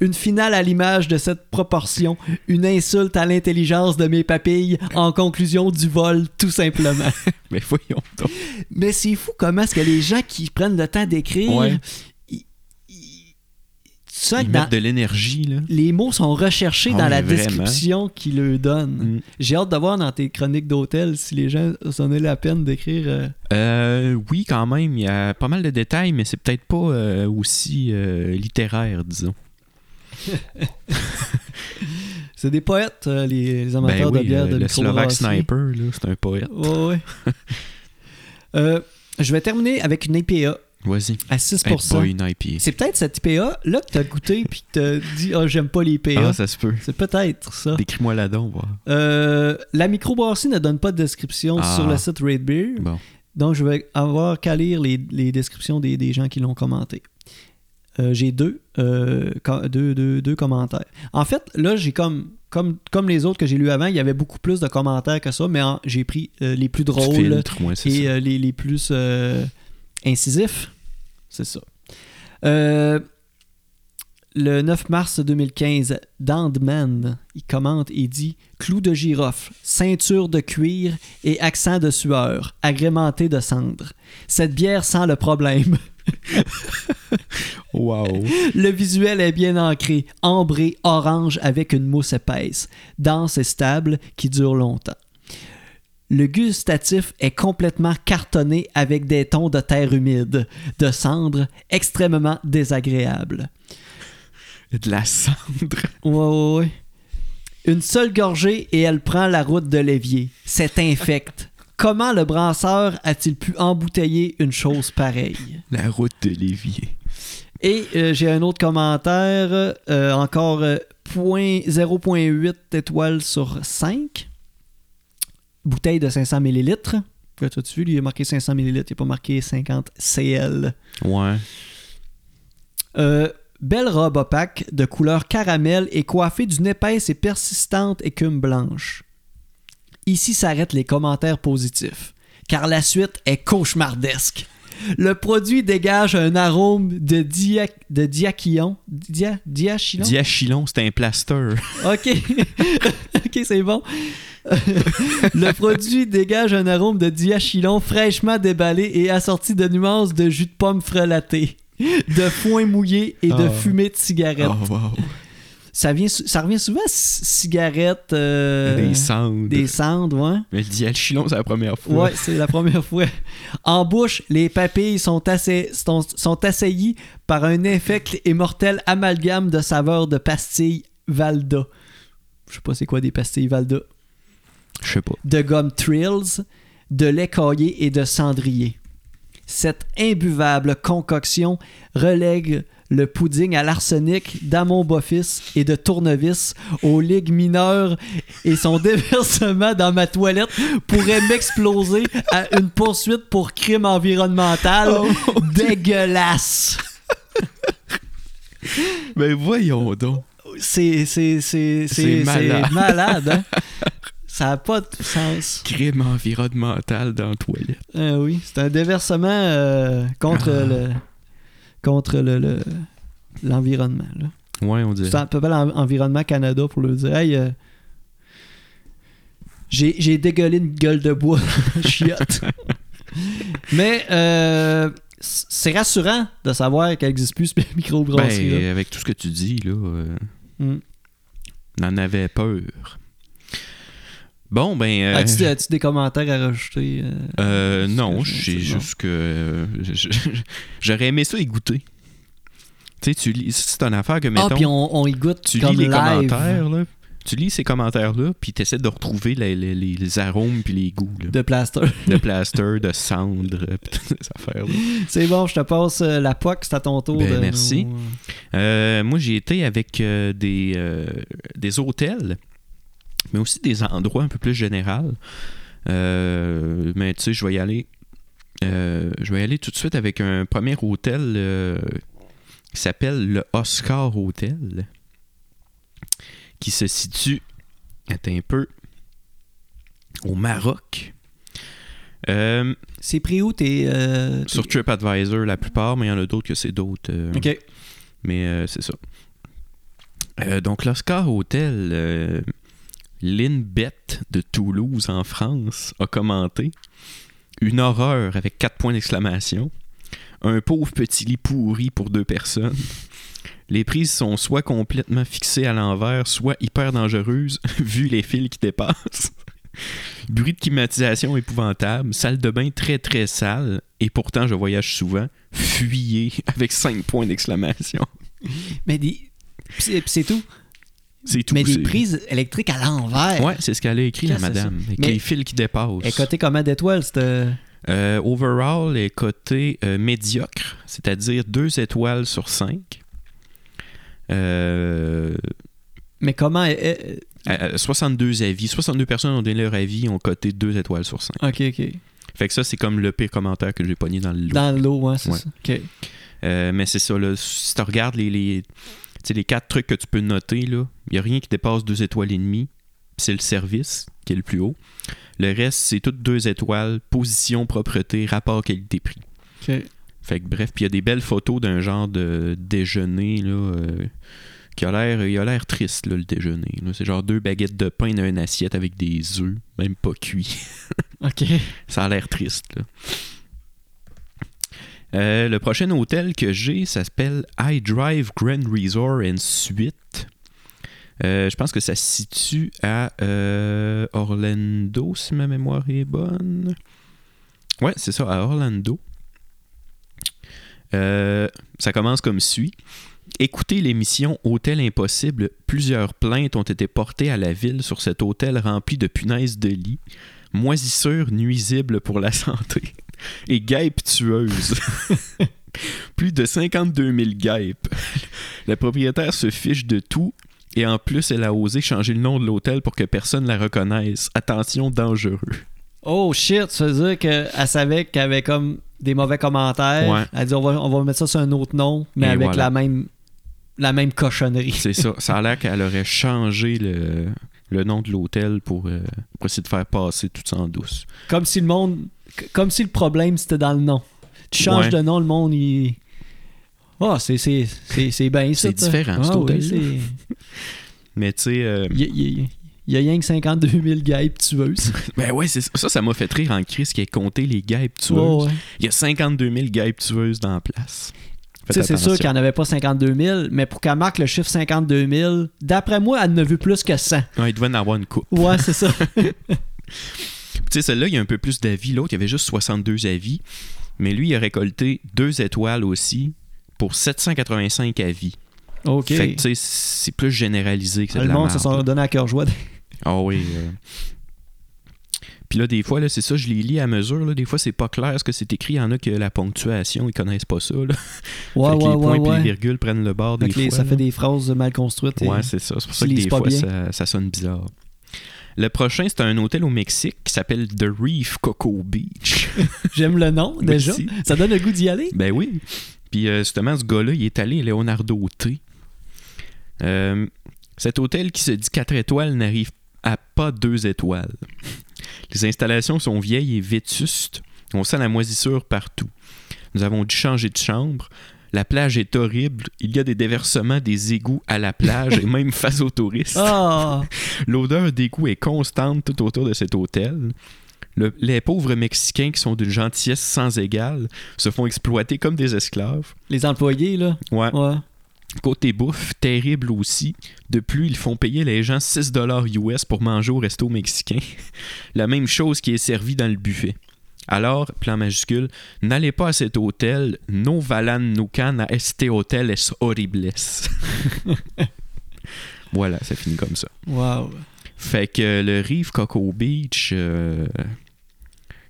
Speaker 1: Une finale à l'image de cette proportion, une insulte à l'intelligence de mes papilles, en conclusion du vol, tout simplement.
Speaker 2: Mais voyons donc.
Speaker 1: Mais c'est fou comment est-ce que les gens qui prennent le temps d'écrire,
Speaker 2: Ouais.
Speaker 1: ils- ils- tu sens
Speaker 2: Ils
Speaker 1: que dans-
Speaker 2: mettent de l'énergie, là.
Speaker 1: les mots sont recherchés
Speaker 2: Ah
Speaker 1: dans
Speaker 2: oui,
Speaker 1: la
Speaker 2: vraiment.
Speaker 1: description qu'ils leur donnent.
Speaker 2: Mm.
Speaker 1: J'ai hâte de voir dans tes chroniques d'hôtel si les gens s'en est la peine d'écrire. euh,
Speaker 2: Euh, oui, quand même, il y a pas mal de détails, mais c'est peut-être pas euh, aussi euh, littéraire, disons.
Speaker 1: C'est des poètes, euh, les, les amateurs
Speaker 2: ben oui,
Speaker 1: de bière
Speaker 2: euh,
Speaker 1: de
Speaker 2: le Slovak
Speaker 1: microbrasserie.
Speaker 2: Sniper, là, c'est un poète.
Speaker 1: Ouais, ouais. Euh, je vais terminer avec une IPA
Speaker 2: Vas-y.
Speaker 1: à 6%.
Speaker 2: Hey boy, une IPA.
Speaker 1: c'est peut-être cette IPA là que t'as goûté puis que t'as dit oh j'aime pas les IPA.
Speaker 2: Ah, ça se peut.
Speaker 1: C'est peut-être ça.
Speaker 2: Décris-moi la don, voir.
Speaker 1: Euh, la microbrasserie ne donne pas de description
Speaker 2: Ah.
Speaker 1: sur le site Red Beer,
Speaker 2: Bon.
Speaker 1: donc je vais avoir qu'à lire les, les descriptions des, des gens qui l'ont commenté. Euh, j'ai deux, euh, co- deux, deux, deux commentaires. En fait, là, j'ai comme, comme, comme les autres que j'ai lus avant, il y avait beaucoup plus de commentaires que ça, mais en- j'ai pris euh, les plus
Speaker 2: Tu
Speaker 1: drôles
Speaker 2: filtres, ouais, c'est
Speaker 1: et
Speaker 2: ça.
Speaker 1: euh, les, les plus euh, incisifs. C'est ça. Euh, le 9 mars 2015, Dandman, il commente et dit Clou de girofle, ceinture de cuir et accent de sueur, agrémenté de cendre. Cette bière sent le problème.
Speaker 2: Wow.
Speaker 1: Le visuel est bien ancré, ambré, orange avec une mousse épaisse, dense et stable qui dure longtemps. Le gustatif est complètement cartonné avec des tons de terre humide, de cendre extrêmement désagréables.
Speaker 2: De la cendre.
Speaker 1: Ouais, ouais, ouais. Une seule gorgée et elle prend la route de l'évier. C'est infect. Comment le brasseur a-t-il pu embouteiller une chose pareille?
Speaker 2: La route de l'évier.
Speaker 1: Et euh, j'ai un autre commentaire, euh, encore euh, point- 0.8 étoiles sur 5. Bouteille de 500 ml. Là, tu as-tu vu, lui, il a marqué 500 ml, il n'a pas marqué 50 CL.
Speaker 2: Ouais.
Speaker 1: Euh, belle robe opaque de couleur caramel et coiffée d'une épaisse et persistante écume blanche. Ici s'arrêtent les commentaires positifs, car la suite est cauchemardesque. Le produit dégage un arôme de, dia, de diachylon. Dia, diachylon?
Speaker 2: Diachylon, c'est un plaster.
Speaker 1: Ok, ok, c'est bon. le produit dégage un arôme de diachylon fraîchement déballé et assorti de nuances de jus de pomme frelatée, de foin mouillé et de
Speaker 2: Ah.
Speaker 1: fumée de cigarette.
Speaker 2: Oh, wow.
Speaker 1: Ça, vient, sou- ça revient souvent à c- cigarette, euh,
Speaker 2: Des cendres.
Speaker 1: des cendres, ouais.
Speaker 2: Mais le diachylon, c'est la première fois.
Speaker 1: Ouais, c'est la première fois. En bouche, les papilles sont, assai- sont, sont assaillies par un infect et mortel amalgame de saveurs de pastilles Valda. Je sais pas c'est quoi des pastilles Valda.
Speaker 2: Je sais pas.
Speaker 1: De gomme Trills, de lait caillé et de cendrier. Cette imbuvable concoction relègue le pudding à l'arsenic, d'amon bofis et de tournevis aux ligues mineures et son déversement dans ma toilette pourrait m'exploser à une poursuite pour crime environnemental dégueulasse.
Speaker 2: Mais Ben, voyons donc.
Speaker 1: C'est c'est- c'est- c'est-
Speaker 2: C'est malade.
Speaker 1: c'est malade. hein? Ça n'a pas de sens.
Speaker 2: Crime environnemental dans la toilette.
Speaker 1: Ah oui, c'est un déversement euh, contre
Speaker 2: Ah.
Speaker 1: le contre le le- l'environnement. là.
Speaker 2: Ouais, on dirait.
Speaker 1: C'est à peu près l'en- environnement Canada pour le dire. Hey, euh, j'ai j'ai dégueulé une gueule de bois chiotte. Mais euh, c- c'est rassurant de savoir qu'elle n'existe plus ce microbrasserie.
Speaker 2: Ben, avec tout ce que tu dis, là, euh,
Speaker 1: Mm.
Speaker 2: n'en avait peur. Bon, ben. euh,
Speaker 1: As-tu Ah, as-tu des commentaires à rajouter euh,
Speaker 2: euh,
Speaker 1: sur ce
Speaker 2: non,
Speaker 1: que je
Speaker 2: c'est
Speaker 1: viens de dire?
Speaker 2: juste que euh, je- je- j'aurais aimé ça y goûter. Tu sais, tu lis, c'est une affaire que,
Speaker 1: Ah,
Speaker 2: mettons,
Speaker 1: puis on, on y goûte
Speaker 2: tu
Speaker 1: comme
Speaker 2: lis les
Speaker 1: live.
Speaker 2: commentaires, là, tu lis ces commentaires-là, puis tu essaies de retrouver les, les- les- les arômes puis les goûts, là,
Speaker 1: de plaster.
Speaker 2: de plaster, de cendre, euh, puis toutes ces affaires-là.
Speaker 1: C'est bon, je te passe euh, la POC, c'est à ton tour.
Speaker 2: Ben,
Speaker 1: de
Speaker 2: merci.
Speaker 1: nous, euh,
Speaker 2: Euh, moi, j'ai été avec euh, des, euh, des hôtels, mais aussi des endroits un peu plus généraux. Euh, mais tu sais, je vais y aller. euh, je vais y aller tout de suite avec un premier hôtel euh, qui s'appelle le Oscar Hotel, qui se situe, attends un peu, au Maroc. Euh,
Speaker 1: C'est pris où t'es. euh, t'es-
Speaker 2: sur TripAdvisor, la plupart, mais il y en a d'autres que c'est d'autres. euh,
Speaker 1: Ok.
Speaker 2: mais euh, c'est ça. Euh, donc, l'Oscar Hotel, euh, Lynn Bett de Toulouse, en France, a commenté Une horreur avec quatre points d'exclamation. Un pauvre petit lit pourri pour deux personnes. Les prises sont soit complètement fixées à l'envers, soit hyper dangereuses, vu les fils qui dépassent. Bruit de climatisation épouvantable, salle de bain très très sale, et pourtant je voyage souvent, fuyez avec cinq points d'exclamation.
Speaker 1: Mais des. pis c'est- pis c'est tout.
Speaker 2: C'est tout.
Speaker 1: Mais des
Speaker 2: c'est-
Speaker 1: prises électriques à l'envers.
Speaker 2: Ouais, c'est ce qu'elle a écrit, la
Speaker 1: Qu'est-ce que c'est
Speaker 2: madame. Avec
Speaker 1: Mais-
Speaker 2: les fils qui dépassent.
Speaker 1: Et côté comment d'étoiles, c'est. euh,
Speaker 2: Euh, overall est coté euh, médiocre, c'est-à-dire deux étoiles sur Euh, 5.
Speaker 1: Mais comment. euh, euh,
Speaker 2: 62 avis. 62 personnes ont donné leur avis, ont coté deux étoiles sur 5.
Speaker 1: Ok, ok.
Speaker 2: Fait que ça, c'est comme le pire commentaire que j'ai pogné dans le lot.
Speaker 1: Dans l'eau, hein, c'est
Speaker 2: Ouais.
Speaker 1: ça. Ok.
Speaker 2: Euh, mais c'est ça, là, si tu regardes les, les, tu sais, les quatre trucs que tu peux noter, il n'y a rien qui dépasse deux étoiles et demie. C'est le service qui est le plus haut. Le reste, c'est toutes deux étoiles, position, propreté, rapport qualité-prix.
Speaker 1: ok.
Speaker 2: Fait que bref, puis il y a des belles photos d'un genre de déjeuner là, euh, qui a l'air, il a l'air triste là, le déjeuner. là. C'est genre deux baguettes de pain dans une assiette avec des œufs, même pas cuits.
Speaker 1: Ok.
Speaker 2: ça a l'air triste. là. Euh, le prochain hôtel que j'ai, ça s'appelle I Drive Grand Resort and Suite. Euh, je pense que ça se situe à euh, Orlando, si ma mémoire est bonne. Ouais, c'est ça, à Orlando. Euh, ça commence comme suit. Écoutez l'émission Hôtel Impossible. Plusieurs plaintes ont été portées à la ville sur cet hôtel rempli de punaises de lit, moisissures nuisibles pour la santé et guêpes tueuses. Plus de 52 000 guêpes. La propriétaire se fiche de tout et en plus, elle a osé changer le nom de l'hôtel pour que personne la reconnaisse. Attention, dangereux.
Speaker 1: Oh shit, ça veut dire qu'elle savait qu'elle avait comme des mauvais commentaires.
Speaker 2: Ouais.
Speaker 1: Elle dit on va, on va mettre ça sur un autre nom, mais
Speaker 2: Et
Speaker 1: avec
Speaker 2: voilà.
Speaker 1: la même la même cochonnerie.
Speaker 2: C'est ça. Ça a l'air qu'elle aurait changé le, le nom de l'hôtel pour, euh, pour essayer de faire passer tout ça en douce.
Speaker 1: Comme si le monde. Comme si le problème c'était dans le nom. Tu changes
Speaker 2: Ouais.
Speaker 1: de nom, le monde il. Ah, c'est c'est- c'est- c'est bien ça.
Speaker 2: C'est
Speaker 1: ça.
Speaker 2: différent, cet
Speaker 1: Ah oui,
Speaker 2: hôtel-là.
Speaker 1: c'est-
Speaker 2: Mais tu sais. euh,
Speaker 1: Il y a- il y a- il y a rien que 52 000 guêpes tueuses.
Speaker 2: ben ouais, c'est ça. Ça, ça m'a fait rire en crise qui a compté les guêpes tueuses.
Speaker 1: Ouais, ouais.
Speaker 2: Il y a 52 000 guêpes tueuses dans la place.
Speaker 1: Tu sais,
Speaker 2: Faites
Speaker 1: C'est sûr
Speaker 2: attention.
Speaker 1: qu'il n'y en avait pas 52 000, mais pour qu'elle marque le chiffre 52 000, d'après moi, elle ne veut plus que 100.
Speaker 2: Ouais, il devait en avoir une coupe.
Speaker 1: Ouais, c'est ça.
Speaker 2: Tu sais, celle-là, il y a un peu plus d'avis. L'autre, il y avait juste 62 avis. Mais lui, il a récolté deux étoiles aussi pour 785 avis.
Speaker 1: OK. Ah,
Speaker 2: Fait que, tu sais, c'est plus généralisé que c'est de
Speaker 1: le
Speaker 2: la
Speaker 1: monde se
Speaker 2: merde,
Speaker 1: sont
Speaker 2: là.
Speaker 1: donné à cœur joie.
Speaker 2: Ah oui. euh. Puis là, des fois, là, c'est ça, je les lis à mesure. Là, des fois, c'est pas clair ce que c'est écrit. Il y en a que la ponctuation, ils connaissent pas ça. Là.
Speaker 1: Ouais,
Speaker 2: Fait que
Speaker 1: ouais,
Speaker 2: les points
Speaker 1: ouais,
Speaker 2: puis les
Speaker 1: ouais.
Speaker 2: virgules prennent le bord des
Speaker 1: Fait que les-
Speaker 2: fois,
Speaker 1: ça
Speaker 2: là.
Speaker 1: fait des phrases mal construites. et-
Speaker 2: Ouais, c'est ça. C'est pour ça
Speaker 1: tu
Speaker 2: que
Speaker 1: lises
Speaker 2: des
Speaker 1: pas
Speaker 2: fois,
Speaker 1: bien.
Speaker 2: ça, ça sonne bizarre. Le prochain, c'est un hôtel au Mexique qui s'appelle The Reef Coco Beach.
Speaker 1: J'aime le nom, déjà.
Speaker 2: Merci.
Speaker 1: Ça donne le goût d'y aller.
Speaker 2: Ben oui. Puis euh, justement, ce gars-là, il est allé Leonardo T. Euh, cet hôtel qui se dit 4 étoiles n'arrive à pas 2 étoiles. Les installations sont vieilles et vétustes. On sent la moisissure partout. Nous avons dû changer de chambre. La plage est horrible. Il y a des déversements des égouts à la plage et même face aux touristes.
Speaker 1: Ah!
Speaker 2: L'odeur d'égout est constante tout autour de cet hôtel. Le- les pauvres Mexicains qui sont d'une gentillesse sans égale se font exploiter comme des esclaves.
Speaker 1: les employés, là.
Speaker 2: Ouais.
Speaker 1: Ouais.
Speaker 2: Côté bouffe, terrible aussi. De plus, ils font payer les gens 6$ US pour manger au resto mexicain. La même chose qui est servie dans le buffet. Alors, plan majuscule, n'allez pas à cet hôtel, no valan nucan a este hotel es horribles. voilà, ça finit comme ça.
Speaker 1: Wow.
Speaker 2: Fait que le Reef Coco Beach euh,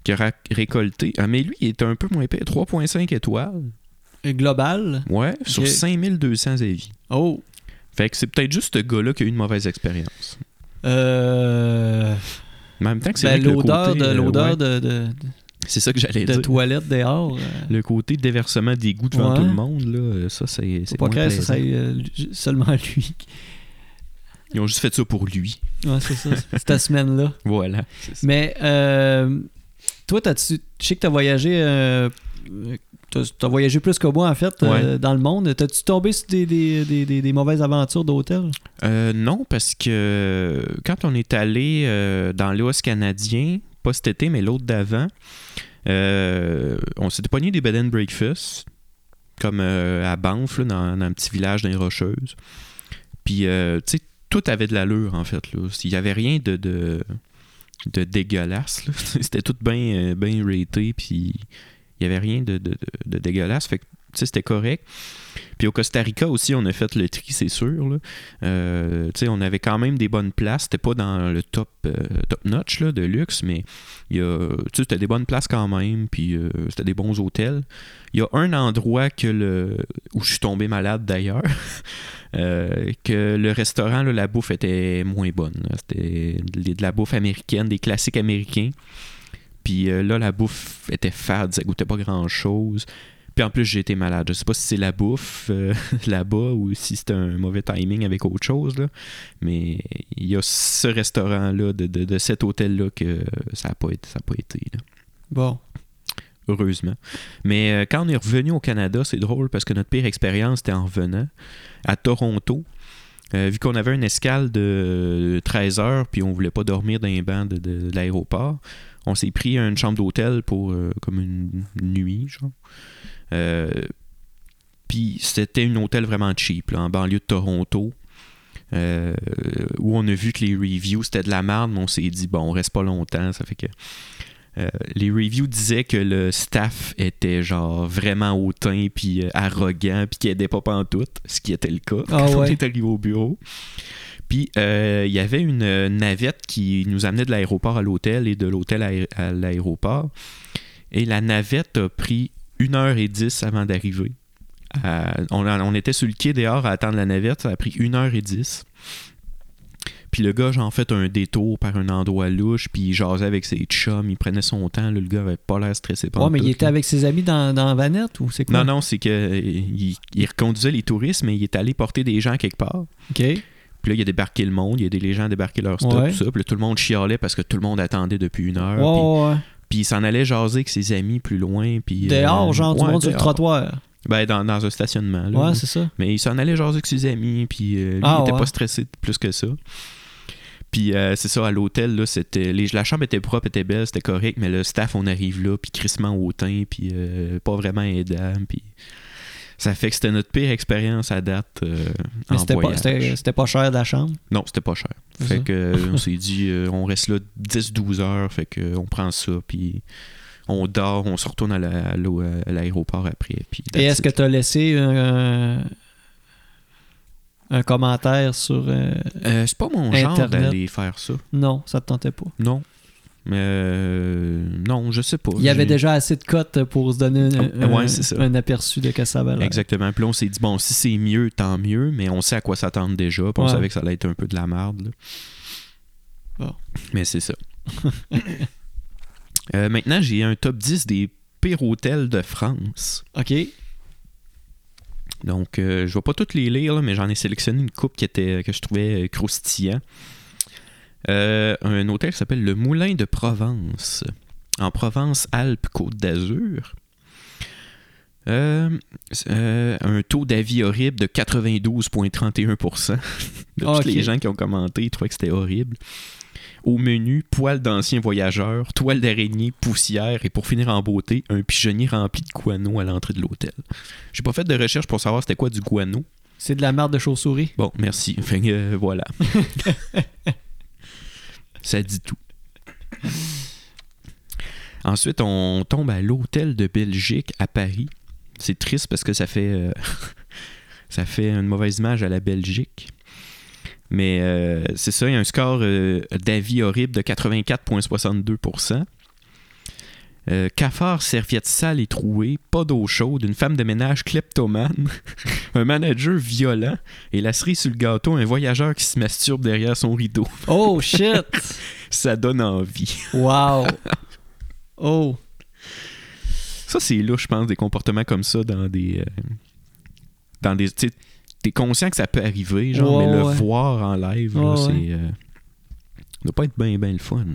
Speaker 2: qui a ra- récolté. Ah, mais lui, il est un peu moins pire. 3,5 étoiles.
Speaker 1: Et Global.
Speaker 2: Ouais, sur
Speaker 1: Ok.
Speaker 2: 5200 avis.
Speaker 1: Oh.
Speaker 2: Fait que c'est peut-être juste ce gars-là qui a eu une mauvaise expérience.
Speaker 1: Euh,
Speaker 2: Mais en même temps que c'est
Speaker 1: ben,
Speaker 2: vrai que le
Speaker 1: l'odeur
Speaker 2: côté,
Speaker 1: de
Speaker 2: euh,
Speaker 1: l'odeur
Speaker 2: ouais,
Speaker 1: de, de,
Speaker 2: c'est ça que j'allais
Speaker 1: de
Speaker 2: dire.
Speaker 1: toilette dehors. euh,
Speaker 2: Le côté déversement des goûts devant
Speaker 1: Ouais.
Speaker 2: tout le monde, là, euh, ça, c'est
Speaker 1: faut
Speaker 2: c'est
Speaker 1: pas
Speaker 2: moins
Speaker 1: que ça
Speaker 2: plaisant.
Speaker 1: soit euh, lui- seulement lui.
Speaker 2: Ils ont juste fait ça pour lui.
Speaker 1: Ouais, c'est ça. Cette semaine-là.
Speaker 2: Voilà.
Speaker 1: Mais euh, toi, t'as-tu. Je sais que t'as voyagé. euh, t'as t'as voyagé plus que moi, en fait, euh, dans le monde. T'as-tu tombé sur des, des, des, des- des mauvaises aventures d'hôtel?
Speaker 2: Euh, non, parce que quand on est allé euh, dans l'Ouest canadien, pas cet été, mais l'autre d'avant, euh, on s'était pogné des bed and breakfast, comme euh, à Banff, là, dans, dans un petit village dans les Rocheuses. Puis, euh, tu sais, tout avait de l'allure, en fait. là. Il n'y avait rien de, de, de dégueulasse. là. C'était tout bien ben raté, puis il n'y avait rien de, de- de- de dégueulasse. Fait que, tu sais, c'était correct. Puis au Costa Rica aussi, on a fait le tri, c'est sûr. là. Euh, tu sais, on avait quand même des bonnes places. C'était pas dans le top, euh, top notch là, de luxe, mais il y a- tu sais, c'était des bonnes places quand même. Puis euh, c'était des bons hôtels. Il y a un endroit que le, où je suis tombé malade d'ailleurs, euh, que le restaurant, là, la bouffe était moins bonne. là. C'était de de la bouffe américaine, des classiques américains. Puis euh, là, la bouffe était fade, ça goûtait pas grand chose. Puis en plus, j'ai été malade. Je sais pas si c'est la bouffe euh, là-bas ou si c'était un mauvais timing avec autre chose. là. Mais il y a ce restaurant-là, de, de- de cet hôtel-là, que ça n'a pas été. Ça a pas été là.
Speaker 1: Bon.
Speaker 2: Heureusement. Mais euh, quand on est revenu au Canada, c'est drôle parce que notre pire expérience était en revenant à Toronto. Euh, vu qu'on avait une escale de 13 heures puis on voulait pas dormir dans les bancs de, de- de l'aéroport, on s'est pris une chambre d'hôtel pour euh, comme une nuit, genre. Euh, puis c'était un hôtel vraiment cheap, là, en banlieue de Toronto. euh, où on a vu que les reviews c'était de la merde, mais on s'est dit bon, on reste pas longtemps, ça fait que. Euh, les reviews disaient que le staff était genre vraiment hautain puis euh, arrogant puis qu'il aidait pas pantoute, ce qui était le cas
Speaker 1: Ah
Speaker 2: quand on
Speaker 1: ouais.
Speaker 2: est arrivé au bureau. Puis euh, il y avait une navette qui nous amenait de l'aéroport à l'hôtel et de l'hôtel à- à l'aéroport. Et la navette a pris 1h10 avant d'arriver. Euh, on, on était sur le quai dehors à attendre la navette, ça a pris 1h10. Puis le gars, genre, fait un détour par un endroit louche, puis il jasait avec ses chums, il prenait son temps, là, le gars avait pas l'air stressé.
Speaker 1: Ouais, mais
Speaker 2: pantoute,
Speaker 1: il était
Speaker 2: là.
Speaker 1: avec ses amis dans, dans Vanette ou c'est quoi?
Speaker 2: Non, non, c'est que euh, il, il reconduisait les touristes, mais il est allé porter des gens quelque part.
Speaker 1: OK.
Speaker 2: Puis là, il a débarqué le monde, il a aidé les gens à débarquer leur stock,
Speaker 1: Ouais.
Speaker 2: tout ça. Puis là, tout le monde chialait parce que tout le monde attendait depuis une heure.
Speaker 1: Ouais,
Speaker 2: Puis-
Speaker 1: ouais, ouais.
Speaker 2: Puis, il s'en allait jaser avec ses amis plus loin. Puis,
Speaker 1: Dehors,
Speaker 2: euh,
Speaker 1: genre, tout
Speaker 2: ouais,
Speaker 1: le monde sur le
Speaker 2: dehors.
Speaker 1: trottoir.
Speaker 2: Ben, dans, dans un stationnement. Là,
Speaker 1: Ouais, c'est ça.
Speaker 2: Mais il s'en allait jaser avec ses amis, puis euh, lui,
Speaker 1: Ah,
Speaker 2: il était
Speaker 1: ouais.
Speaker 2: pas stressé de plus que ça. Puis euh, c'est ça, à l'hôtel, là, c'était... les- la chambre était propre, était belle, c'était correct, mais le staff, on arrive là, puis crissement hautain, puis euh, pas vraiment aidant, puis... Ça fait que c'était notre pire expérience à date euh,
Speaker 1: Mais
Speaker 2: en
Speaker 1: c'était pas,
Speaker 2: voyage.
Speaker 1: c'était- c'était pas cher de la chambre.
Speaker 2: Non, c'était pas cher.
Speaker 1: C'est
Speaker 2: Fait
Speaker 1: ça.
Speaker 2: que euh, on s'est dit, euh, on reste là 10-12 heures, fait que euh, on prend ça, puis on dort, on se retourne à la- à l'eau- à l'aéroport après, puis...
Speaker 1: Et
Speaker 2: that's
Speaker 1: est-ce que
Speaker 2: it.
Speaker 1: tu as laissé un, un commentaire sur. euh,
Speaker 2: Euh, c'est pas mon genre
Speaker 1: Internet.
Speaker 2: d'aller faire ça.
Speaker 1: Non, ça te tentait pas.
Speaker 2: Non. Euh, non, je sais pas.
Speaker 1: Il y avait
Speaker 2: J'ai-
Speaker 1: déjà assez de cotes pour se donner un,
Speaker 2: Ah, ouais,
Speaker 1: un-
Speaker 2: c'est ça.
Speaker 1: un aperçu de que ça valait.
Speaker 2: Exactement. Puis là, on s'est dit, bon, si c'est mieux, tant mieux, mais on sait à quoi s'attendre déjà. Puis on
Speaker 1: Ouais.
Speaker 2: savait que ça allait être un peu de la merde. là.
Speaker 1: Bon.
Speaker 2: Mais c'est ça. Euh, maintenant, j'ai un top 10 des pires hôtels de France.
Speaker 1: OK.
Speaker 2: Donc, euh, je vais pas toutes les lire, là, mais j'en ai sélectionné une coupe qui était, que je trouvais euh, croustillant. Euh, un hôtel qui s'appelle le Moulin de Provence, en Provence-Alpes-Côte d'Azur. Euh, c'est, euh, un taux d'avis horrible de 92,31%. de
Speaker 1: Ah,
Speaker 2: tous les
Speaker 1: ok.
Speaker 2: gens qui ont commenté, ils trouvaient que c'était horrible. Au menu, poils d'anciens voyageurs, toiles d'araignée, poussière et pour finir en beauté, un pigeonnier rempli de guano à l'entrée de l'hôtel. J'ai pas fait de recherche pour savoir c'était quoi du guano.
Speaker 1: C'est de la merde de chauve-souris.
Speaker 2: Bon, merci. Fait que, euh, voilà. Ça dit tout. Ensuite, on tombe à l'hôtel de Belgique à Paris. C'est triste parce que ça fait, euh, ça fait une mauvaise image à la Belgique. Mais euh, c'est ça, il y a un score euh, d'avis horrible de 84,62%. Euh, cafard, serviette sale et trouée, pas d'eau chaude, une femme de ménage kleptomane, un manager violent et la cerise sur le gâteau, un voyageur qui se masturbe derrière son rideau.
Speaker 1: Oh shit!
Speaker 2: Ça donne envie.
Speaker 1: Wow! Oh!
Speaker 2: Ça, c'est là, je pense, des comportements comme ça dans des. euh, dans des. Tu sais, t'es conscient que ça peut arriver, genre,
Speaker 1: Ouais,
Speaker 2: mais le
Speaker 1: ouais.
Speaker 2: voir en live, là,
Speaker 1: Ouais,
Speaker 2: c'est. euh, ça doit pas être bien, bien le fun.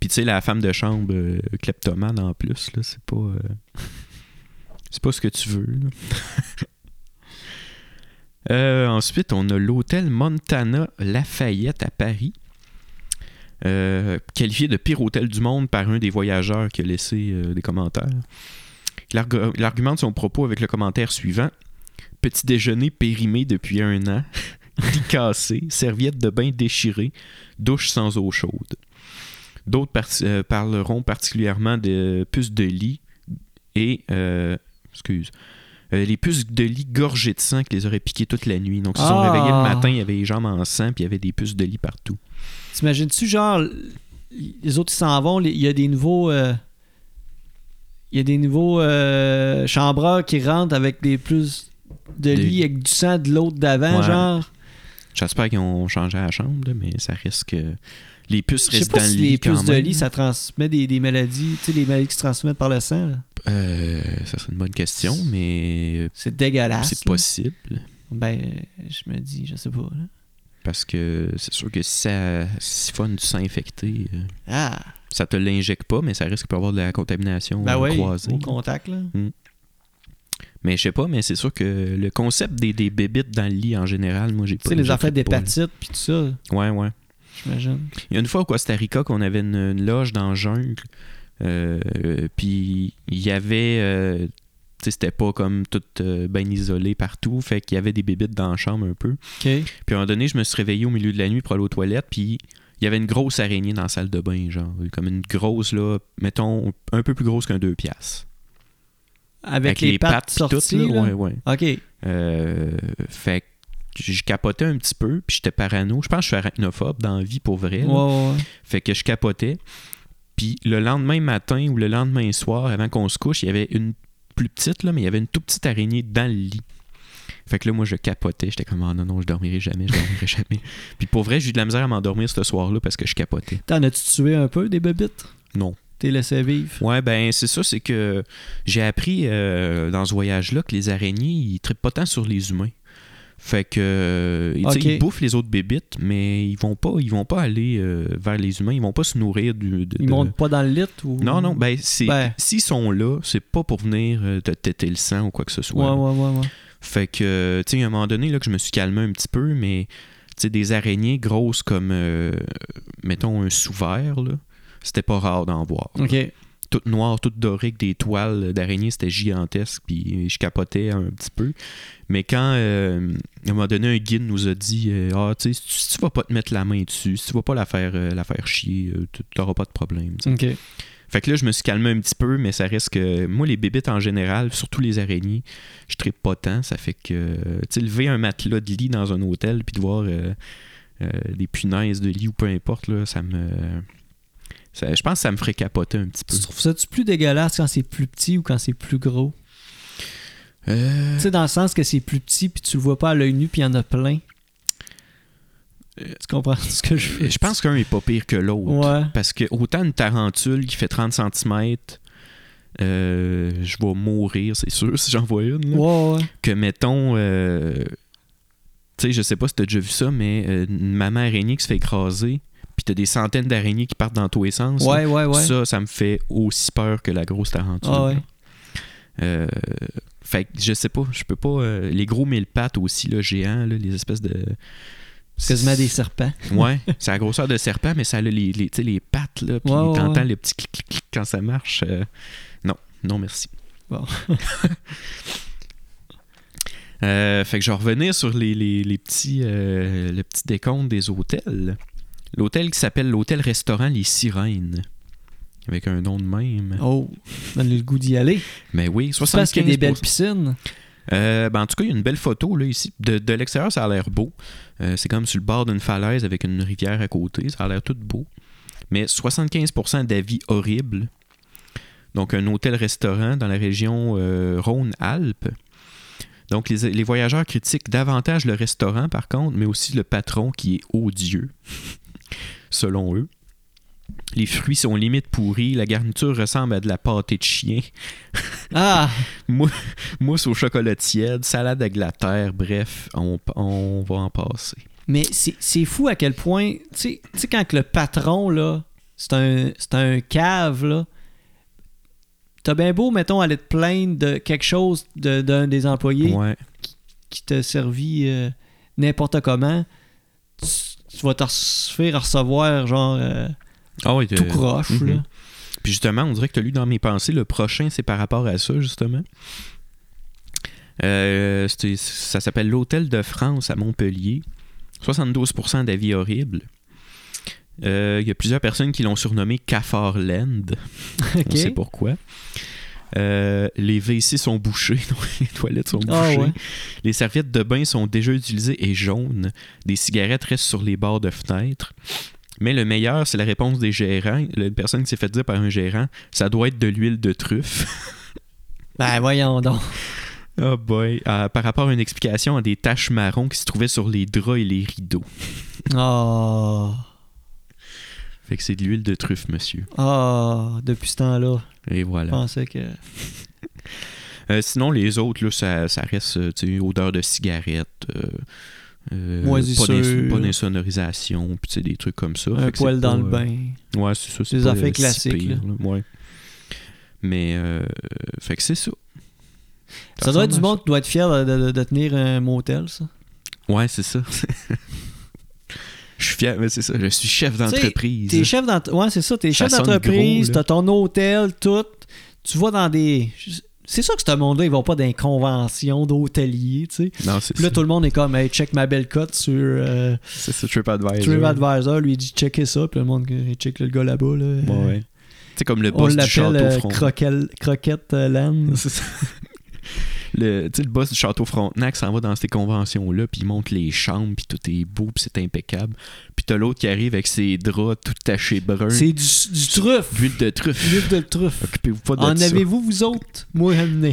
Speaker 2: Puis, tu sais, la femme de chambre euh, kleptomane en plus, là, c'est pas. euh, c'est pas ce que tu veux, là. Euh, ensuite, on a l'hôtel Montana Lafayette à Paris, euh, qualifié de pire hôtel du monde par un des voyageurs qui a laissé euh, des commentaires. L'argu- L'argument de son propos avec le commentaire suivant Petit déjeuner périmé depuis un an, lit cassé, serviette de bain déchirée, douche sans eau chaude. D'autres par- euh, parleront particulièrement de puces de lit et. euh, excuse. euh, les puces de lit gorgées de sang qui les auraient piquées toute la nuit. Donc, ils se sont
Speaker 1: Ah.
Speaker 2: réveillés le matin, il y avait les jambes en sang, puis il y avait des puces de lit partout.
Speaker 1: T'imagines-tu, genre, les autres ils s'en vont, les- il y a des nouveaux. euh, il y a des nouveaux euh, chambreurs qui rentrent avec des plus de
Speaker 2: Des-
Speaker 1: lits avec du sang de l'autre d'avant,
Speaker 2: Ouais.
Speaker 1: genre.
Speaker 2: J'espère qu'ils ont changé la chambre, là, mais ça risque. euh, Les puces
Speaker 1: Je sais
Speaker 2: restent
Speaker 1: pas
Speaker 2: dans
Speaker 1: si
Speaker 2: le lit.
Speaker 1: les
Speaker 2: quand
Speaker 1: puces de
Speaker 2: même.
Speaker 1: lit, ça transmet des, des maladies, tu sais, les maladies qui se transmettent par le sang, là.
Speaker 2: Euh, ça serait une bonne question, mais euh,
Speaker 1: C'est dégueulasse.
Speaker 2: c'est
Speaker 1: là.
Speaker 2: possible.
Speaker 1: Ben, je me dis, je sais pas. là.
Speaker 2: Parce que c'est sûr que si ça siphonne du sang infecté, euh,
Speaker 1: Ah,
Speaker 2: ça te l'injecte pas, mais ça risque d'avoir de la contamination
Speaker 1: ben
Speaker 2: euh,
Speaker 1: ouais,
Speaker 2: croisée.
Speaker 1: au contact, là.
Speaker 2: Mais je sais pas, mais c'est sûr que le concept des, des bébites dans le lit en général, moi j'ai pas.
Speaker 1: Tu sais, les
Speaker 2: j'ai
Speaker 1: affaires
Speaker 2: pas-
Speaker 1: d'hépatite, puis tout ça,
Speaker 2: Ouais, ouais.
Speaker 1: j'imagine.
Speaker 2: Il y a une fois au Costa Rica qu'on avait une, une loge dans la jungle. euh, euh, puis il y avait euh, T'sais, c'était pas comme tout euh, bien isolé partout. Fait qu'il y avait des bébites dans la chambre un peu.
Speaker 1: OK.
Speaker 2: Puis à un moment donné, je me suis réveillé au milieu de la nuit pour aller aux toilettes. Puis il y avait une grosse araignée dans la salle de bain, genre. Comme une grosse, là, mettons, un peu plus grosse qu'un 2 piastres.
Speaker 1: Avec, les, pattes,
Speaker 2: pis tout,
Speaker 1: sorties. là?
Speaker 2: Ouais, ouais.
Speaker 1: OK.
Speaker 2: Euh, fait que je capotais un petit peu, puis j'étais parano. Je pense que je suis arachnophobe dans la vie pour vrai. là.
Speaker 1: Ouais, ouais, ouais.
Speaker 2: Fait que je capotais. Puis le lendemain matin ou le lendemain soir, avant qu'on se couche, il y avait une plus petite, là, mais il y avait une tout petite araignée dans le lit. Fait que là, moi, je capotais. J'étais comme, ah non, non, je dormirai jamais, je dormirai jamais. Puis pour vrai, j'ai eu de la misère à m'endormir ce soir-là parce que je capotais.
Speaker 1: T'en as-tu tué un peu des bébites?
Speaker 2: Non.
Speaker 1: T'es laissé vivre?
Speaker 2: Ouais, ben c'est ça, c'est que j'ai appris euh, dans ce voyage-là que les araignées, ils trippent pas tant sur les humains. Fait que euh, tu sais,
Speaker 1: Ok.
Speaker 2: ils bouffent les autres bébites, mais ils vont pas, ils vont pas aller euh, vers les humains, ils vont pas se nourrir du. de-
Speaker 1: Ils
Speaker 2: de-
Speaker 1: montent pas dans le lit ou.
Speaker 2: Euh, Non, non, ben c'est.
Speaker 1: Ben.
Speaker 2: S'ils sont là, c'est pas pour venir euh, te têter le sang ou quoi que ce soit.
Speaker 1: Ouais,
Speaker 2: là.
Speaker 1: ouais, ouais, ouais.
Speaker 2: Fait que, euh, tu sais, à un moment donné, là, que je me suis calmé un petit peu, mais, tu sais, des araignées grosses comme, euh, mettons, un sous-verre, là, c'était pas rare d'en voir. là.
Speaker 1: OK.
Speaker 2: Toutes noires, toutes dorées, avec des toiles d'araignées, c'était gigantesque, puis je capotais un petit peu. Mais quand, euh, à un moment donné, un guide nous a dit euh, Ah, tu sais, si tu- si tu vas pas te mettre la main dessus, si tu vas pas la faire, euh, la faire chier, euh, tu t'auras pas de problème. tu sais.
Speaker 1: OK.
Speaker 2: Fait que là, je me suis calmé un petit peu, mais ça reste que. Moi, les bébites en général, surtout les araignées, je tripe pas tant. Ça fait que. Tu sais, lever un matelas de lit dans un hôtel puis de voir euh, euh, des punaises de lit ou peu importe, là, ça me. ça- je pense que ça me ferait capoter un petit peu.
Speaker 1: Tu trouves ça plus dégueulasse quand c'est plus petit ou quand c'est plus gros?
Speaker 2: Euh,
Speaker 1: Tu sais, dans le sens que c'est plus petit, puis tu le vois pas à l'œil nu, puis il y en a plein.
Speaker 2: Euh,
Speaker 1: tu comprends ce que je veux
Speaker 2: je pense qu'un est pas pire que l'autre.
Speaker 1: Ouais.
Speaker 2: Parce que autant une tarentule qui fait 30 cm, je vais mourir, c'est sûr, si j'en vois une. là.
Speaker 1: Ouais, ouais.
Speaker 2: que mettons euh, tu sais je sais pas si t'as déjà vu ça mais euh, une maman araignée qui se fait écraser puis t'as des centaines d'araignées qui partent dans tous les sens là.
Speaker 1: Ouais, ouais, ouais.
Speaker 2: ça ça me fait aussi peur que la grosse tarentule
Speaker 1: Ah ouais.
Speaker 2: là. Euh, fait que je sais pas je peux pas euh, les gros mille pattes aussi là géants là, les espèces de
Speaker 1: C'est quasiment des serpents.
Speaker 2: ouais c'est la grosseur de serpent mais ça a les, les, tu sais, les pattes là puis
Speaker 1: Ouais, ouais,
Speaker 2: t'entends
Speaker 1: ouais.
Speaker 2: le petit clic clic clic quand ça marche euh, non non merci
Speaker 1: Bon.
Speaker 2: Euh, fait que je vais revenir sur les, les- les petits, euh, le petit décompte des hôtels. L'hôtel qui s'appelle l'hôtel-restaurant Les Sirènes. Avec un nom de même.
Speaker 1: Oh, donne le goût d'y aller.
Speaker 2: Mais oui,
Speaker 1: Je pense qu'il y a des
Speaker 2: 75
Speaker 1: belles piscines.
Speaker 2: euh, ben, en tout cas, il y a une belle photo là, ici. De, de l'extérieur, ça a l'air beau. Euh, c'est comme sur le bord d'une falaise avec une rivière à côté. Ça a l'air tout beau. Mais 75% d'avis horribles. Donc, un hôtel-restaurant dans la région euh, Rhône-Alpes. Donc, les, les voyageurs critiquent davantage le restaurant, par contre, mais aussi le patron qui est odieux, selon eux. Les fruits sont limite pourris, la garniture ressemble à de la pâtée de chien.
Speaker 1: Ah,
Speaker 2: Mousse au chocolat tiède, salade avec la terre, bref, on, on va en passer.
Speaker 1: mais c'est c'est fou à quel point. Tu sais- tu sais, quand que le patron, là, c'est un, c'est un cave, là. T'as bien beau, mettons, aller te plaindre de quelque chose de- d'un des employés
Speaker 2: Ouais.
Speaker 1: qui t'a servi euh, n'importe comment. Tu, tu vas te re- faire recevoir, genre, euh,
Speaker 2: Ah oui,
Speaker 1: tout
Speaker 2: euh,
Speaker 1: croche,
Speaker 2: mhm.
Speaker 1: là.
Speaker 2: Puis justement, on dirait que tu as lu dans mes pensées, le prochain, c'est par rapport à ça, justement. Euh, c'est- ça s'appelle l'Hôtel de France à Montpellier. 72% d'avis horribles. Euh, Il y a plusieurs personnes qui l'ont surnommé Cafard Land.
Speaker 1: Ok.
Speaker 2: On sait pourquoi. Euh, les WC sont bouchés, donc les toilettes sont bouchées.
Speaker 1: Ah ouais.
Speaker 2: Les serviettes de bain sont déjà utilisées et jaunes. Des cigarettes restent sur les bords de fenêtres. Mais le meilleur, c'est la réponse des gérants. La personne qui s'est fait dire par un gérant, ça doit être de l'huile de truffe.
Speaker 1: Ben voyons donc.
Speaker 2: oh boy. Euh, par rapport à une explication à des taches marron qui se trouvaient sur les draps et les rideaux.
Speaker 1: Oh,
Speaker 2: Fait que c'est de l'huile de truffe, monsieur.
Speaker 1: oh, depuis ce temps-là,
Speaker 2: Et
Speaker 1: je
Speaker 2: voilà.
Speaker 1: pensais que...
Speaker 2: Euh, sinon, les autres, là, ça, ça reste euh, tu sais, odeur de cigarette, euh, euh,
Speaker 1: Moisissure.
Speaker 2: pas d'ins- pas d'insonorisation, puis tu sais, des trucs comme ça. Fait
Speaker 1: Un
Speaker 2: que c'est
Speaker 1: poil dans
Speaker 2: pas,
Speaker 1: le
Speaker 2: euh,
Speaker 1: bain.
Speaker 2: Ouais, c'est ça. c'est
Speaker 1: Des
Speaker 2: pas,
Speaker 1: affaires
Speaker 2: euh, si
Speaker 1: classiques,
Speaker 2: pire, là, ouais. Mais, euh, fait que c'est ça.
Speaker 1: Ça doit être du
Speaker 2: ressemble à
Speaker 1: monde qui doit être fier de, de- de tenir un motel, ça.
Speaker 2: ça. Ouais, c'est ça. Je suis fier, mais c'est ça. Je suis chef d'entreprise.
Speaker 1: T'es chef d'entreprise. Ouais, c'est ça. T'es
Speaker 2: Ça
Speaker 1: chef
Speaker 2: sonne
Speaker 1: d'entreprise,
Speaker 2: gros,
Speaker 1: t'as ton hôtel, tout. Tu vas dans des. c'est sûr que ce monde-là, ils vont pas dans convention d'hôtelier, tu sais.
Speaker 2: Non, c'est
Speaker 1: Puis là,
Speaker 2: ça.
Speaker 1: tout le monde est comme, hey, check ma belle cote sur euh,
Speaker 2: C'est ça, TripAdvisor.
Speaker 1: TripAdvisor. Lui, il dit, checker ça. Puis le monde, il check le gars là-bas. Là,
Speaker 2: Ouais, ouais. C'est comme le
Speaker 1: On
Speaker 2: boss du
Speaker 1: l'appelle
Speaker 2: château
Speaker 1: euh,
Speaker 2: front.
Speaker 1: Croquel- Croquette euh, Land.
Speaker 2: C'est ça. Le, tu sais, le boss du château Frontenac s'en va dans ces conventions-là, puis il monte les chambres, puis tout est beau, puis c'est impeccable. Puis t'as l'autre qui arrive avec ses draps tout tachés bruns,
Speaker 1: C'est du, du truffe.
Speaker 2: d'huile de truffe.
Speaker 1: L'huile de truffe.
Speaker 2: Occupez-vous pas de
Speaker 1: En
Speaker 2: ça.
Speaker 1: avez-vous, vous autres? Moi, amené.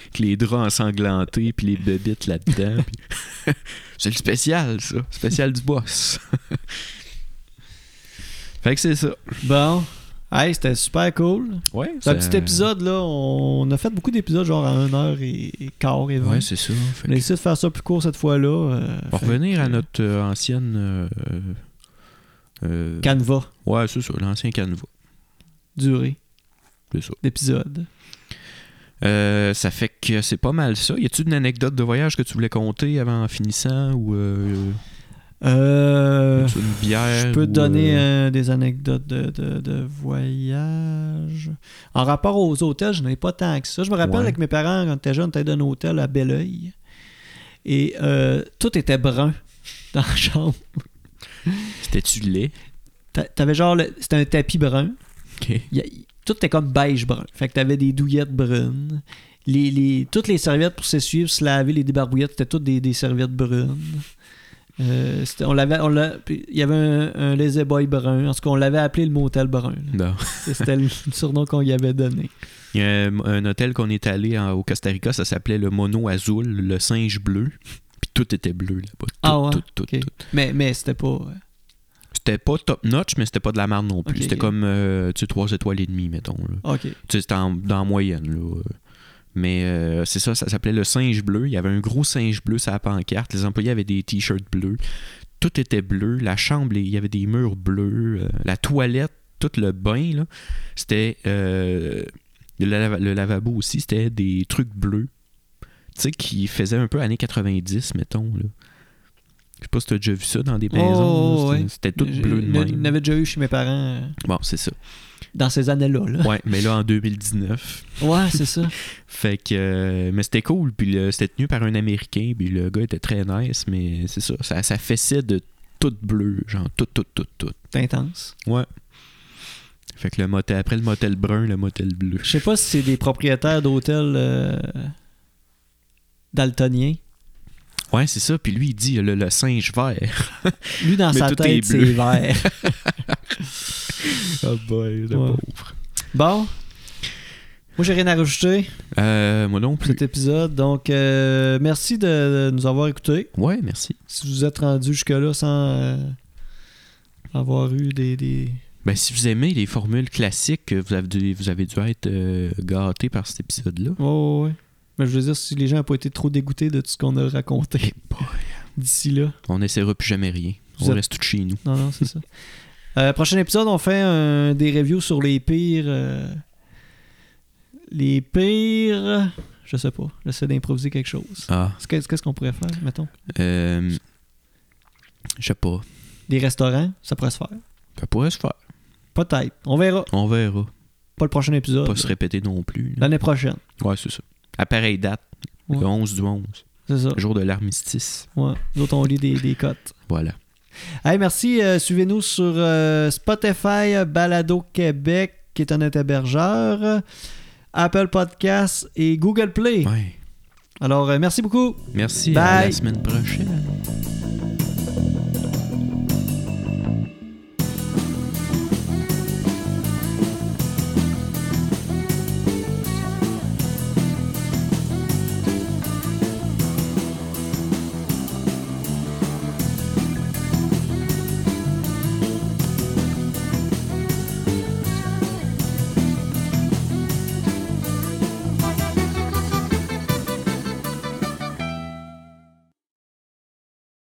Speaker 2: Avec les draps ensanglantés, puis les bebites là-dedans. puis- c'est le spécial, ça. Spécial du boss. fait que c'est ça.
Speaker 1: Bon. Hey, c'était super cool.
Speaker 2: Ouais,
Speaker 1: C'est un petit épisode, là. On a fait beaucoup d'épisodes, genre à 1h et et quart et 20.
Speaker 2: Ouais, c'est ça. Fait
Speaker 1: on a
Speaker 2: que-
Speaker 1: essayé de faire ça plus court cette fois-là. euh,
Speaker 2: On va
Speaker 1: fait
Speaker 2: revenir
Speaker 1: que-
Speaker 2: à notre euh, ancienne. euh, euh,
Speaker 1: Canva,
Speaker 2: ouais, c'est ça, l'ancien Canva.
Speaker 1: durée
Speaker 2: C'est ça.
Speaker 1: d'épisode.
Speaker 2: Euh, ça fait que c'est pas mal ça. Y a-tu une anecdote de voyage que tu voulais compter avant en finissant ou euh,
Speaker 1: Euh,
Speaker 2: as-tu une bière
Speaker 1: je peux
Speaker 2: ou,
Speaker 1: te donner
Speaker 2: euh,
Speaker 1: euh, des anecdotes de, de- de voyage. En rapport aux hôtels, je n'ai pas tant que ça. Je me rappelle
Speaker 2: Ouais.
Speaker 1: avec mes parents, quand j'étais jeune, on était dans un hôtel à Belleuil. Et euh, tout était brun dans la chambre.
Speaker 2: C'était-tu lait
Speaker 1: T'a- T'avais genre, le- c'était un tapis brun.
Speaker 2: Ok.
Speaker 1: Il y a- il- tout était comme beige brun. Fait que t'avais des douillettes brunes. Les, les- toutes les serviettes pour s'essuyer, pour se laver, les débarbouillettes, c'était toutes des, des serviettes brunes. Euh, c'était- on l'avait, on l'a- puis il y avait un, un lazy boy brun. En tout cas, on l'avait appelé le motel brun. là.
Speaker 2: Non.
Speaker 1: C'était le surnom qu'on y avait donné.
Speaker 2: Il y a un, un hôtel qu'on est allé en- au Costa Rica, ça s'appelait le Mono Azul, le singe bleu. Puis tout était bleu là-bas. Tout,
Speaker 1: Ah ouais?
Speaker 2: tout, tout,
Speaker 1: Ok.
Speaker 2: tout.
Speaker 1: Mais, mais c'était pas. euh,
Speaker 2: C'était pas top notch, mais c'était pas de la merde non plus.
Speaker 1: Ok,
Speaker 2: c'était
Speaker 1: ok.
Speaker 2: comme euh, tu sais, trois étoiles et demie, mettons. là.
Speaker 1: Ok.
Speaker 2: Tu sais, c'était en- dans la moyenne, là. Mais euh, c'est ça, ça s'appelait le singe bleu. Il y avait un gros singe bleu sur la pancarte. Les employés avaient des t-shirts bleus. Tout était bleu. La chambre, il y avait des murs bleus. Euh, la toilette, tout le bain, là, c'était... euh, le, lava- le lavabo aussi, c'était des trucs bleus. Tu sais, qui faisaient un peu années 90, mettons, là. Je sais pas si t'as déjà vu ça dans des
Speaker 1: Oh,
Speaker 2: maisons. là.
Speaker 1: ouais.
Speaker 2: C'était- C'était tout
Speaker 1: Je-
Speaker 2: bleu de
Speaker 1: il y en
Speaker 2: même.
Speaker 1: avait déjà eu chez mes parents euh,
Speaker 2: Bon, c'est ça.
Speaker 1: dans ces années-là. là.
Speaker 2: Ouais, mais là, en 2019...
Speaker 1: Ouais, c'est ça.
Speaker 2: Fait que. euh, mais c'était cool. Puis le- c'était tenu par un Américain. Puis le gars était très nice. Mais c'est ça. Ça, ça fessait de tout bleu. Genre tout, tout, tout, tout.
Speaker 1: C'était intense.
Speaker 2: Fait que le motel. Après le motel brun, le motel bleu.
Speaker 1: Je sais pas si c'est des propriétaires d'hôtels euh, daltoniens.
Speaker 2: Ouais, c'est ça. Puis lui, il dit le, le singe vert.
Speaker 1: Lui, dans
Speaker 2: Mais
Speaker 1: sa
Speaker 2: tout est
Speaker 1: tête, c'est
Speaker 2: bleu.
Speaker 1: vert.
Speaker 2: Ah boy,
Speaker 1: le
Speaker 2: pauvre.
Speaker 1: Bon. Moi, j'ai rien à rajouter
Speaker 2: Euh, moi non
Speaker 1: pour
Speaker 2: plus.
Speaker 1: cet épisode. Donc, euh, merci de nous avoir écoutés.
Speaker 2: Ouais, merci.
Speaker 1: Si vous êtes rendus jusque-là sans euh, avoir eu des. des-
Speaker 2: Ben, si vous aimez les formules classiques, vous avez dû, vous avez dû être euh, gâté par cet épisode-là.
Speaker 1: Ouais, ouais, ouais. Mais je veux dire, si les gens n'ont pas été trop dégoûtés de tout ce qu'on a raconté d'ici là.
Speaker 2: On n'essaiera plus jamais rien.
Speaker 1: Vous
Speaker 2: on
Speaker 1: êtes-
Speaker 2: reste tout chez nous.
Speaker 1: Non, non, c'est ça. Euh, prochain épisode, on fait un- des reviews sur les pires. euh, les pires. Je sais pas. J'essaie d'improviser quelque chose.
Speaker 2: Ah.
Speaker 1: Qu'est-ce que- Qu'est-ce qu'on pourrait faire, mettons
Speaker 2: Euh, je sais pas.
Speaker 1: Des restaurants, ça pourrait se faire.
Speaker 2: Ça pourrait se faire.
Speaker 1: Peut-être. On verra.
Speaker 2: On verra.
Speaker 1: Pas le prochain épisode.
Speaker 2: Pas se répéter non plus. là.
Speaker 1: L'année prochaine.
Speaker 2: Ouais, c'est ça. À pareille date,
Speaker 1: Ouais.
Speaker 2: le 11 du 11,
Speaker 1: C'est ça.
Speaker 2: jour de l'armistice.
Speaker 1: Ouais. Nous autres, on lit des, des cotes.
Speaker 2: Voilà.
Speaker 1: Hey, merci. euh, Suivez-nous sur euh, Spotify, euh, Balado Québec, qui est un net hébergeur, euh, Apple Podcasts et Google Play.
Speaker 2: Ouais.
Speaker 1: Alors, euh, merci beaucoup.
Speaker 2: Merci. À
Speaker 1: Bye.
Speaker 2: la semaine prochaine.